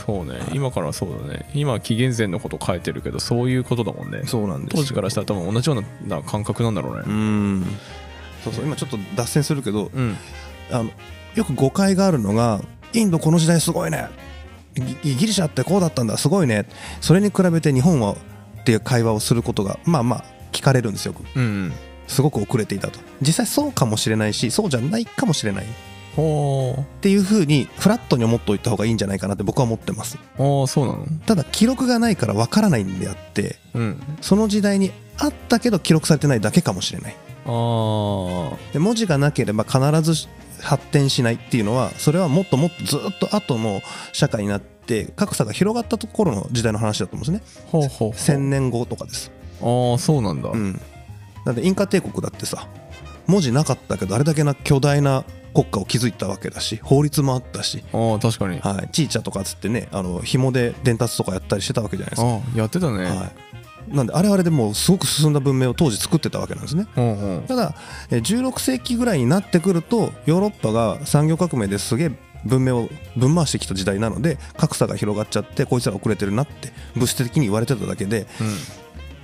そうね今からはそうだね今は紀元前のこと書いてるけどそういうことだもんねそうなんです当時からしたら多分同じような感覚なんだろううねんそうそう今ちょっと脱線するけどうんあのよく誤解があるのがインドこの時代すごいねギギリシャってこうだったんだすごいねそれに比べて日本はっていう会話をすることがまあまあ聞かれるんですようんうんすごく遅れていたと実際そうかもしれないしそうじゃないかもしれないほっていう風にフラットに思っておいた方がいいんじゃないかなって僕は思ってますうああそうなのただ記録がないからわからないんであってうんその時代にあったけど記録されてないだけかもしれないああで文字がなければ必ず発展しないっていうのはそれはもっともっとずっと後の社会になって格差が広がったところの時代の話だと思うんですねほうほうほう1000年後とかですああそうなんだ、うんだってインカ帝国だってさ文字なかったけどあれだけな巨大な国家を築いたわけだし法律もあったし、ああ確かにあはい、チーチャとかつってねあの紐で伝達とかやったりしてたわけじゃないですか。あやってたね、はい、なんであれはあれでもうすごく進んだ文明を当時作ってたわけなんですね。うんうんただえー16世紀ぐらいになってくるとヨーロッパが産業革命ですげえ文明をぶん回してきた時代なので格差が広がっちゃってこいつら遅れてるなって物質的に言われてただけでうん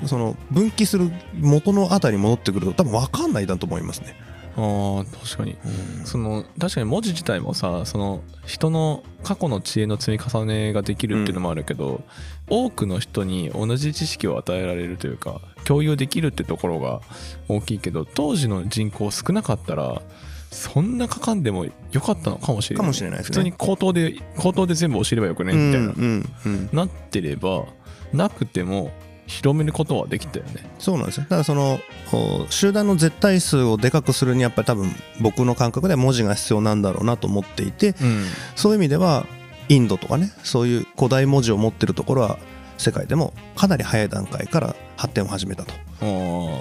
その分岐する元のあたりに戻ってくると多分分かんないだと思いますね。ああ確かにその確かに文字自体もさその人の過去の知恵の積み重ねができるっていうのもあるけど、多くの人に同じ知識を与えられるというか共有できるってところが大きいけど当時の人口少なかったらそんなかかんでもよかったのかもしれないかもしれないですね普通に口頭で口頭で全部教えればよくねうみんたういな、んうん、なってればなくても広めることはできたよねそうなんですよだからそのお集団の絶対数をでかくするにやっぱり多分僕の感覚では文字が必要なんだろうなと思っていてうんそういう意味ではインドとかねそういう古代文字を持ってるところは世界でもかなり早い段階から発展を始めたとあいう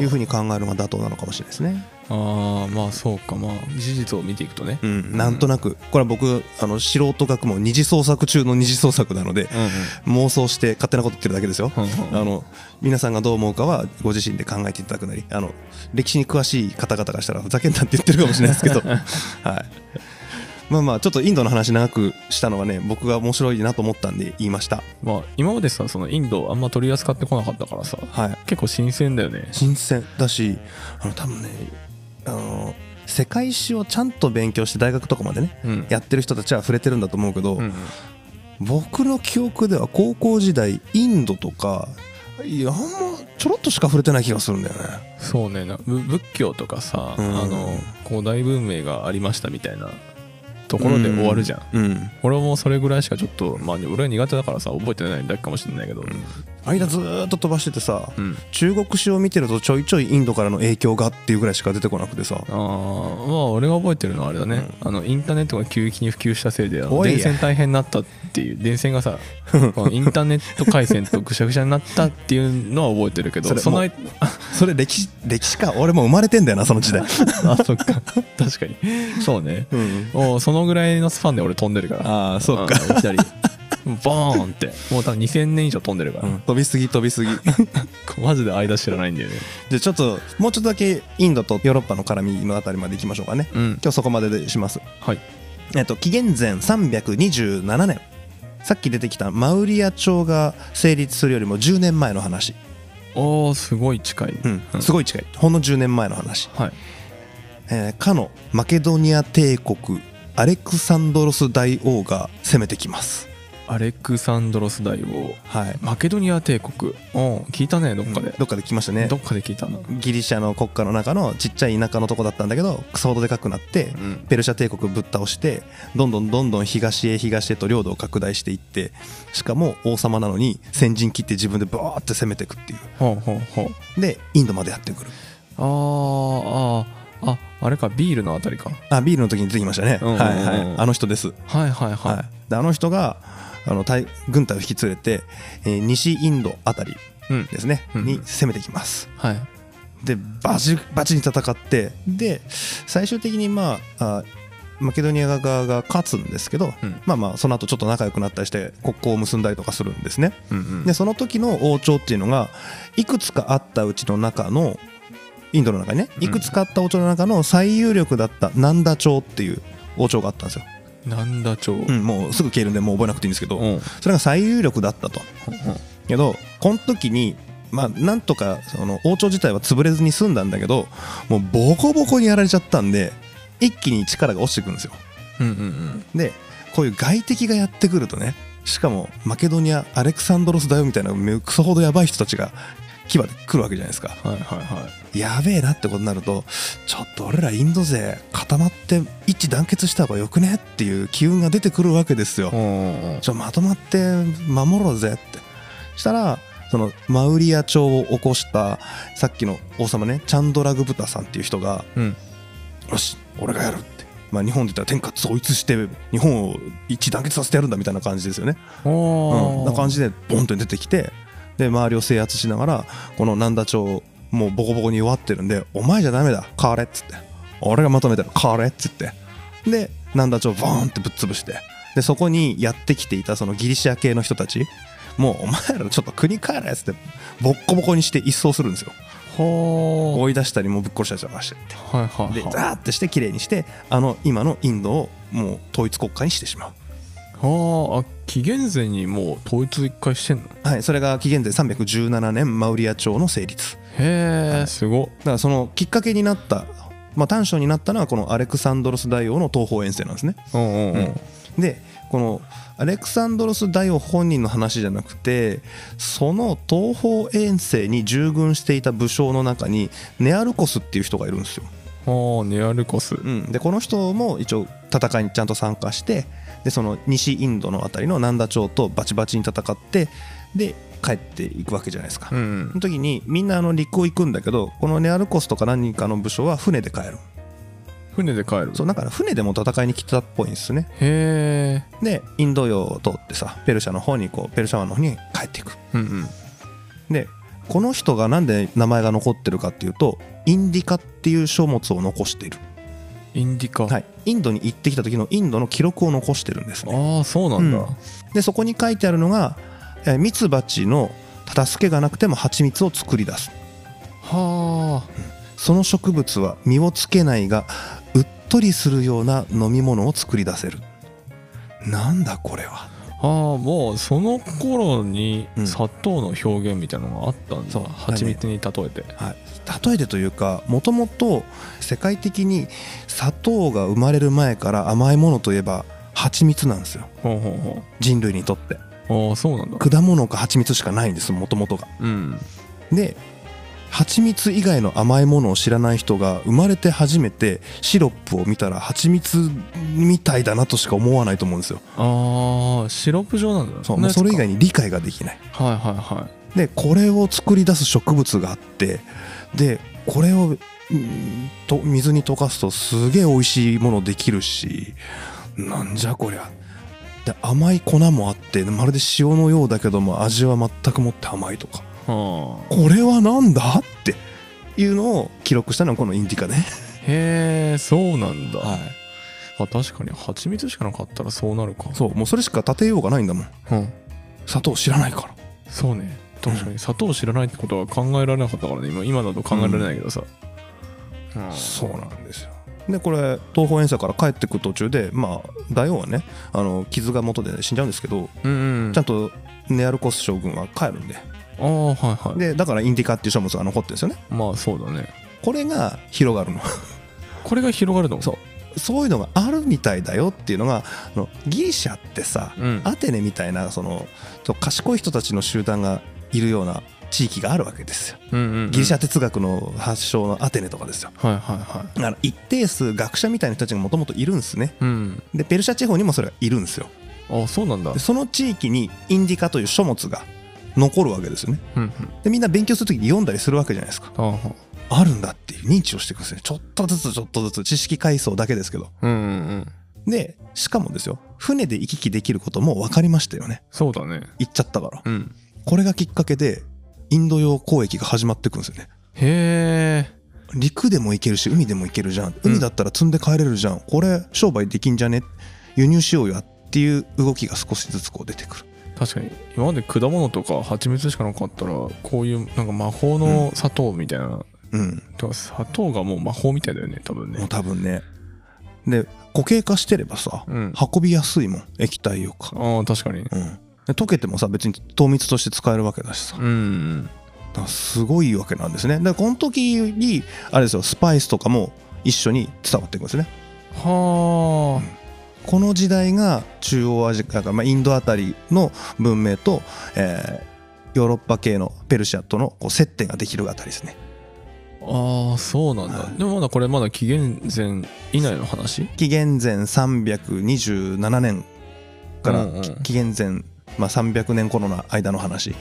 ーふうに考えるのが妥当なのかもしれないですね。あーまあそうかまあ事実を見ていくとねうん、なんとなくこれは僕あの素人学問二次創作中の二次創作なのでうんうん妄想して勝手なこと言ってるだけですよ。うんうんあの皆さんがどう思うかはご自身で考えていただくなりあの歴史に詳しい方々がしたらふざけんなって言ってるかもしれないで すけど、はい、まあまあちょっとインドの話長くしたのはね僕が面白いなと思ったんで言いました、まあ今までさそのインドをあんま取り扱ってこなかったからさはい、結構新鮮だよね新鮮だしあの多分ねあの世界史をちゃんと勉強して大学とかまでねうんやってる人たちは触れてるんだと思うけど、うんうん僕の記憶では高校時代インドとかいやあんまちょろっとしか触れてない気がするんだよね。そうねなぶ仏教とかさあうんの古代文明がありましたみたいなところで終わるじゃんうん、うん俺もそれぐらいしかちょっとまあ俺は苦手だからさ覚えてないだけかもしれないけど間ずーっと飛ばしててさ、うん中国史を見てるとちょいちょいインドからの影響がっていうぐらいしか出てこなくてさあーまあ俺が覚えてるのはあれだね、あのインターネットが急激に普及したせいであのおい電線大変になったっていう電線が さこのインターネット回線とぐしゃぐしゃになったっていうのは覚えてるけどそれそのもう それ歴史歴史か俺もう生まれてんだよなその時代あそっか確かにそうね、もうそのぐらいのスパンで俺飛んでるから ああそうっか、んいきなりボーンってもう多分2000年以上飛んでるから、飛びすぎ飛び すぎマジで間知らないんだよねでちょっともうちょっとだけインドとヨーロッパの絡みのあたりまでいきましょうかね、うん今日そこまででしますはいえっと紀元前327年さっき出てきたマウリア朝が成立するよりも10年前の話、おーすごい近い、うんすごい近いほんの10年前の話はいえーかのマケドニア帝国アレクサンドロス大王が攻めてきますアレクサンドロス大王はいマケドニア帝国うん聞いたねどっかで、どっかで来ましたねどっかで聞いたなギリシャの国家の中のちっちゃい田舎のとこだったんだけどクソほどでかくなってんペルシャ帝国ぶっ倒してどんどんどんどん東へ東へと領土を拡大していってしかも王様なのに先陣切って自分でバーって攻めていくっていほうほうほううでインドまでやってくるあーあーああれかビールのあたりかあビールの時に出てきましたねうんうんはういんうんはいあの人ですはいはいはい、はい、であの人があの隊軍隊を引き連れて、えー西インドあたりうんですね、うんに攻めてきますはいでバチバチに戦ってで最終的にまああマケドニア側が勝つんですけど、うんまあまあその後ちょっと仲良くなったりして国交を結んだりとかするんですねうんうんでその時の王朝っていうのがいくつかあったうちの中のインドの中にねうんいくつかあった王朝の中の最有力だったナンダ朝っていう王朝があったんですよ、なんだ町ううん、もうすぐ消えるんでもう覚えなくていいんですけど、うんそれが最有力だったとうけどこの時にまあなんとかその王朝自体は潰れずに済んだんだけどもうボコボコにやられちゃったんで一気に力が落ちてくるんですよんうんうんでこういう外敵がやってくるとねしかもマケドニアアレクサンドロスだよみたいなめクソほどやばい人たちが牙で来るわけじゃないですかはいはいはいやべえなってことになるとちょっと俺らインド勢固まって一致団結した方がよくねっていう機運が出てくるわけですようんちょまとまって守ろうぜってしたらそのマウリア朝を起こしたさっきの王様ねチャンドラグブタさんっていう人がうん「よし俺がやる」って、まあ、日本で言ったら天下統一して日本を一致団結させてやるんだみたいな感じですよね、うん、おな感じじでボンと出てきてで周りを制圧しながらこの南田朝もうボコボコに弱ってるんで「お前じゃダメだ変われ」っつって俺がまとめたら「これ」っつってで南田町ボーンってぶっ潰してでそこにやってきていたそのギリシア系の人たちもうお前らちょっと国帰れっつってボッコボコにして一掃するんですよほ追い出したりもうぶっ殺したりとかしてってーはいはいでザはーってして綺麗にしてあの今のインドをもう統一国家にしてしまういはああ紀元前にもう統一一回してんのはい、それが紀元前317年マウリア朝の成立へえすごっだからそのきっかけになった、まあ、短所になったのはこのアレクサンドロス大王の東方遠征なんですねうんうんううんんでこのアレクサンドロス大王本人の話じゃなくてその東方遠征に従軍していた武将の中にネアルコスっていう人がいるんですよ、ああネアルコスうん、でこの人も一応戦いにちゃんと参加してでその西インドのあたりの南田朝とバチバチに戦ってで帰っていくわけじゃないですか、うんその時にみんなあの陸を行くんだけどこのネアルコスとか何人かの武将は船で帰る船で帰るそうだから船でも戦いに来てたっぽいんですねへえでインド洋を通ってさペルシャの方にこうペルシャ湾の方に帰っていくうんうんでこの人がなんで名前が残ってるかっていうとインディカっていう書物を残している、インディカ、はい、インドに行ってきた時のインドの記録を残してるんですねああそうなんだ、うんでそこに書いてあるのがえーミツバチの助けがなくても蜂蜜を作り出すはその植物は実をつけないがうっとりするような飲み物を作り出せるなんだこれはあああもうその頃にうん砂糖の表現みたいなのがあったんだ、そう蜂蜜に例えて例えてというかもともと世界的に砂糖が生まれる前から甘いものといえば蜂蜜なんですよほうほうほ人類にとってうああそうなんだ果物か蜂蜜しかないんですもともとがうんで蜂蜜以外の甘いものを知らない人が生まれて初めてシロップを見たら蜂蜜みたいだなとしか思わないと思うんですよああシロップ状なんだそうもうそれ以外にに理解ができないはいはいはいでこれを作り出す植物があってでこれをうんと水に溶かすとすげえ美味しいものできるしなんじゃこりゃで甘い粉もあってまるで塩のようだけども味は全くもって甘いとかはあこれはなんだっていうのを記録したのがこのインディカね、へえそうなんだ、はあ確かに蜂蜜しかなかったらそうなるかそうもうそれしか立てようがないんだもんう、ん、砂糖知らないからそうね確かに砂糖知らないってことは考えられなかったからね今今だと考えられないけどさ、うんそうなんですよでこれ東方遠征から帰ってく途中でまあ大王はねあの傷が元で死んじゃうんですけどうんうんちゃんとネアルコス将軍は帰るんでああはいはいでだからインディカっていう書物が残ってるんですよねまあそうだねこれが広がるの これが広がるのそうそういうのがあるみたいだよっていうのがあのギリシャってさうんアテネみたいなそのちょっと賢い人たちの集団がいるような地域があるわけですようんうんうんギリシャ哲学の発祥のアテネとかですよはいはいはいだから一定数学者みたいな人たちがもともといるんですねうんでペルシャ地方にもそれがいるんですよあそうなんだでその地域にインディカという書物が残るわけですよねうんうんでみんな勉強するときに読んだりするわけじゃないですかああはあるんだっていう認知をしていくんですねちょっとずつちょっとずつ知識階層だけですけどうんうんうんでしかもですよ船で行き来できることも分かりましたよねそうだね行っちゃったからうんこれがきっかけでインド洋交易が始まっていくんですよねへえ陸でも行けるし海でも行けるじゃん海だったら積んで帰れるじゃん、これ商売できんじゃね輸入しようやっていう動きが少しずつこう出てくる確かに今まで果物とか蜂蜜しかなかったらこういうなんか魔法の砂糖みたいな、うんてか砂糖がもう魔法みたいだよね多分もうね多分ねで固形化してればさ、うん運びやすいもん液体よか、ああ確かにうん、で溶けてもさ別に糖蜜として使えるわけだしさ、うんうんだからすごいわけなんですねでこの時にあれですよスパイスとかも一緒に伝わっていくんですねはこの時代が中央アジアか、まあ、インドあたりの文明と、えーヨーロッパ系のペルシアとのこう接点ができるあたりですねあ、ああそうなんだ、はいでもまだこれまだ紀元前以内の話紀元前327年から、うんうんき紀元前、まあ、300年頃の間の話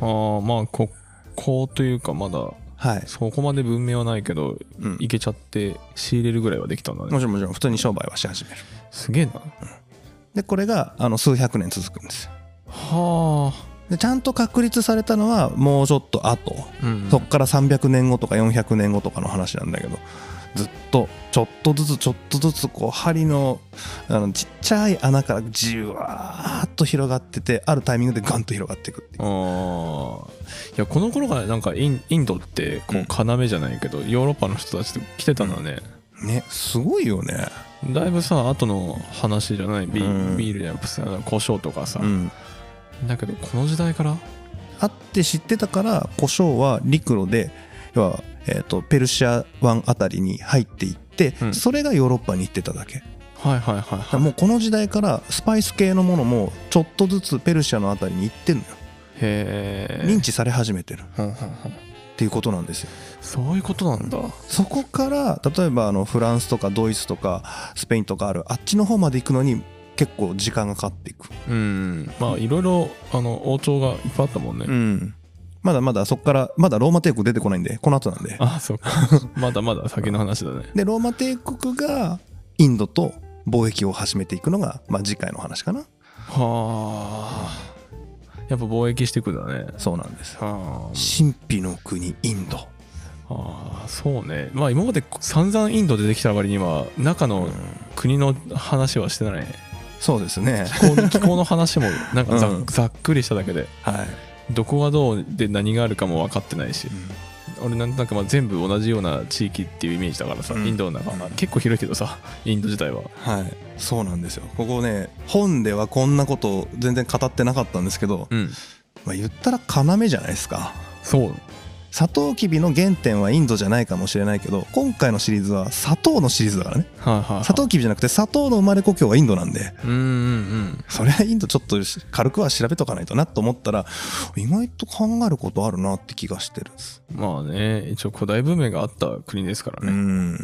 ああまあ国交というかまだはい、そこまで文明はないけどうん、いけちゃって仕入れるぐらいはできたんだもねちろんもちろん普通に商売はし始めるすげえなでこれがあの数百年続くんですよはでちゃんと確立されたのはもうちょっと後あうんそっから300年後とか400年後とかの話なんだけどずっとちょっとずつちょっとずつこう針のあのちっちゃい穴からじわーっと広がっててあるタイミングでガンと広がっていくっていうあーいやこの頃からなんかインインドってこうんう要じゃないけど、ヨーロッパの人たちと来てたのはね、ねすごいよねだいぶさ後の話じゃないビ,、うんビールじゃなくてさ胡椒とかさ、うんだけどこの時代からあって知ってたから胡椒は陸路で要は、えー、とペルシア湾あたりに入っていって、うんそれがヨーロッパに行ってただけだかはいはいはいはらいもうこの時代からスパイス系のものもちょっとずつペルシアのあたりに行ってんのよへえ認知され始めてるっはんはんはんていうことなんですよそういうことなんだそこから例えばあのフランスとかドイツとかスペインとかあるあっちの方まで行くのに結構時間がかかっていく、うんまあいろいろあの王朝がいっぱいあったもんね、うん、まだまだそこからまだローマ帝国出てこないんでこの後なんであそうか まだまだ先の話だねでローマ帝国がインドと貿易を始めていくのが、まあ、次回の話かなはあやっぱ貿易していくんだねそうなんですは神秘の国インドああーそうねまあ今まで散々インド出てきた割には中の国の話はしてないそうですね気候の 気候の話もなんかざ,、うんざっくりしただけで はい、どこがどうで何があるかも分かってないし俺なんとなくまあ全部同じような地域っていうイメージだからさ、うんインドの中、うん結構広いけどさインド自体ははい、そうなんですよここね本ではこんなこと全然語ってなかったんですけど、うんまあ、言ったら要じゃないですかそうサトウキビの原点はインドじゃないかもしれないけど今回のシリーズは砂糖のシリーズだからねはいはいはいサトウキビじゃなくて砂糖の生まれ故郷はインドなんでうんうんそりゃインドちょっと軽くは調べとかないとなと思ったら意外と考えることあるなって気がしてるんですうんまあね一応古代文明があった国ですからね、んも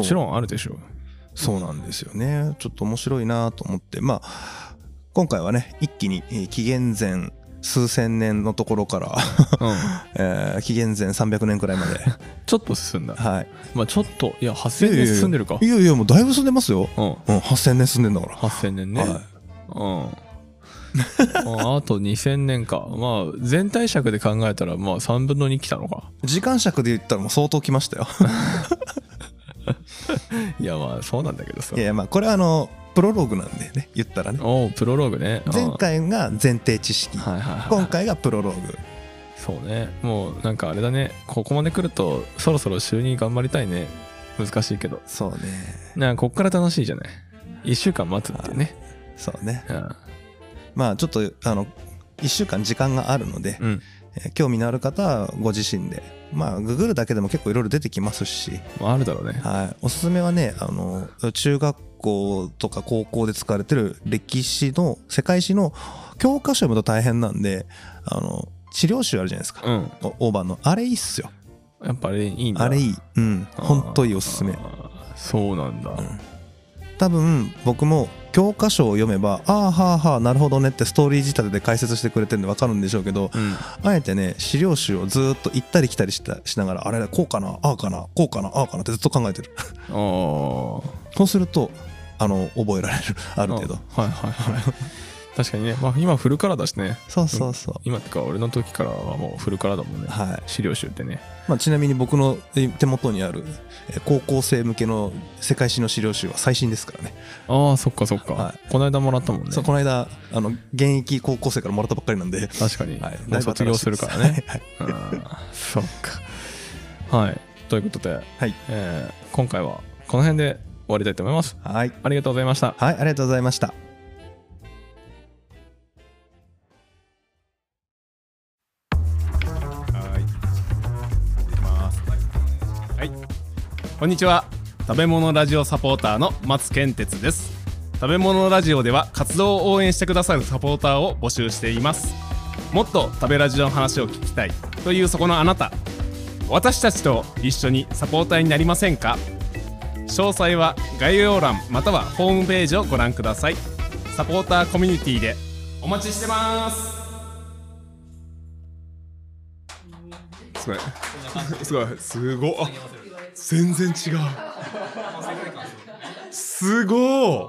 ちろんんあるでし ょうそうなんですよねちょっと面白いなと思ってまあ今回はね一気にえー紀元前数千年のところから、 うん、えー紀元前300年くらいまでちょっと進んだはい まあちょっといや8000年進んでるかいやいやもうだいぶ進んでますよ、うんうん、8000年進んでんだから8000年ね、はいうんああと2000年かまあ全体尺で考えたらまあ3分の2来たのか時間尺で言ったらもう相当きましたよいやまあそうなんだけどさ いやいやまあこれはあのプロローグなんでね言ったらねおうプロローグねうん前回が前提知識はいはいはい今回がプロローグそうねもうなんかあれだねここまで来るとそろそろ週に頑張りたいね難しいけどそうねなんかこっから楽しいじゃない1週間待つっていうね、そうねうんまあちょっとあの1週間時間があるので、うんえー興味のある方はご自身でまあググるだけでも結構いろいろ出てきますし、まあ、あるだろうねはい、おすすめはねあの中学校とか高校で使われてる歴史の世界史の教科書読むと大変なんであの資料集あるじゃないですか、うんオーバーのあれいいっすよやっぱあれいいんだあれいいうんあーほんといいおすすめあーそうなんだ、ん多分僕も教科書を読めばああはあはあなるほどねってストーリー仕立てで解説してくれてるんで分かるんでしょうけどうんあえてね資料集をずーっと行ったり来たりしたしながらあれこうかなああかなこうかなああかなってずっと考えてるあーそうするとあの覚えられるある程度あはいはいはい 確かにね、まあ、今フルカラーだしねそうそうそう今ってか俺の時からはもうフルカラーだもんねはい資料集ってねまあ、ちなみに僕のえ手元にあるえ高校生向けの世界史の資料集は最新ですからねああそっかそっか、はこの間もらったもんねそうこの間あの現役高校生からもらったばっかりなんで、確かに、はいもう卒業するから ね、うん そっかはいということで、はいえー今回はこの辺で終わりたいと思いますはいありがとうございましたはいありがとうございましたはい。行きます。はい。こんにちは。食べ物ラジオサポーターの松健哲です。食べ物ラジオでは活動を応援してくださるサポーターを募集しています。もっと食べラジオの話を聞きたいというそこのあなた。私たちと一緒にサポーターになりませんか詳細は概要欄またはホームページをご覧ください。サポーターコミュニティでお待ちしてます。すごい。すごい。すごい。あ全然違う。すごい。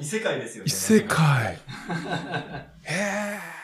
異世界ですよね。異世界。へえ。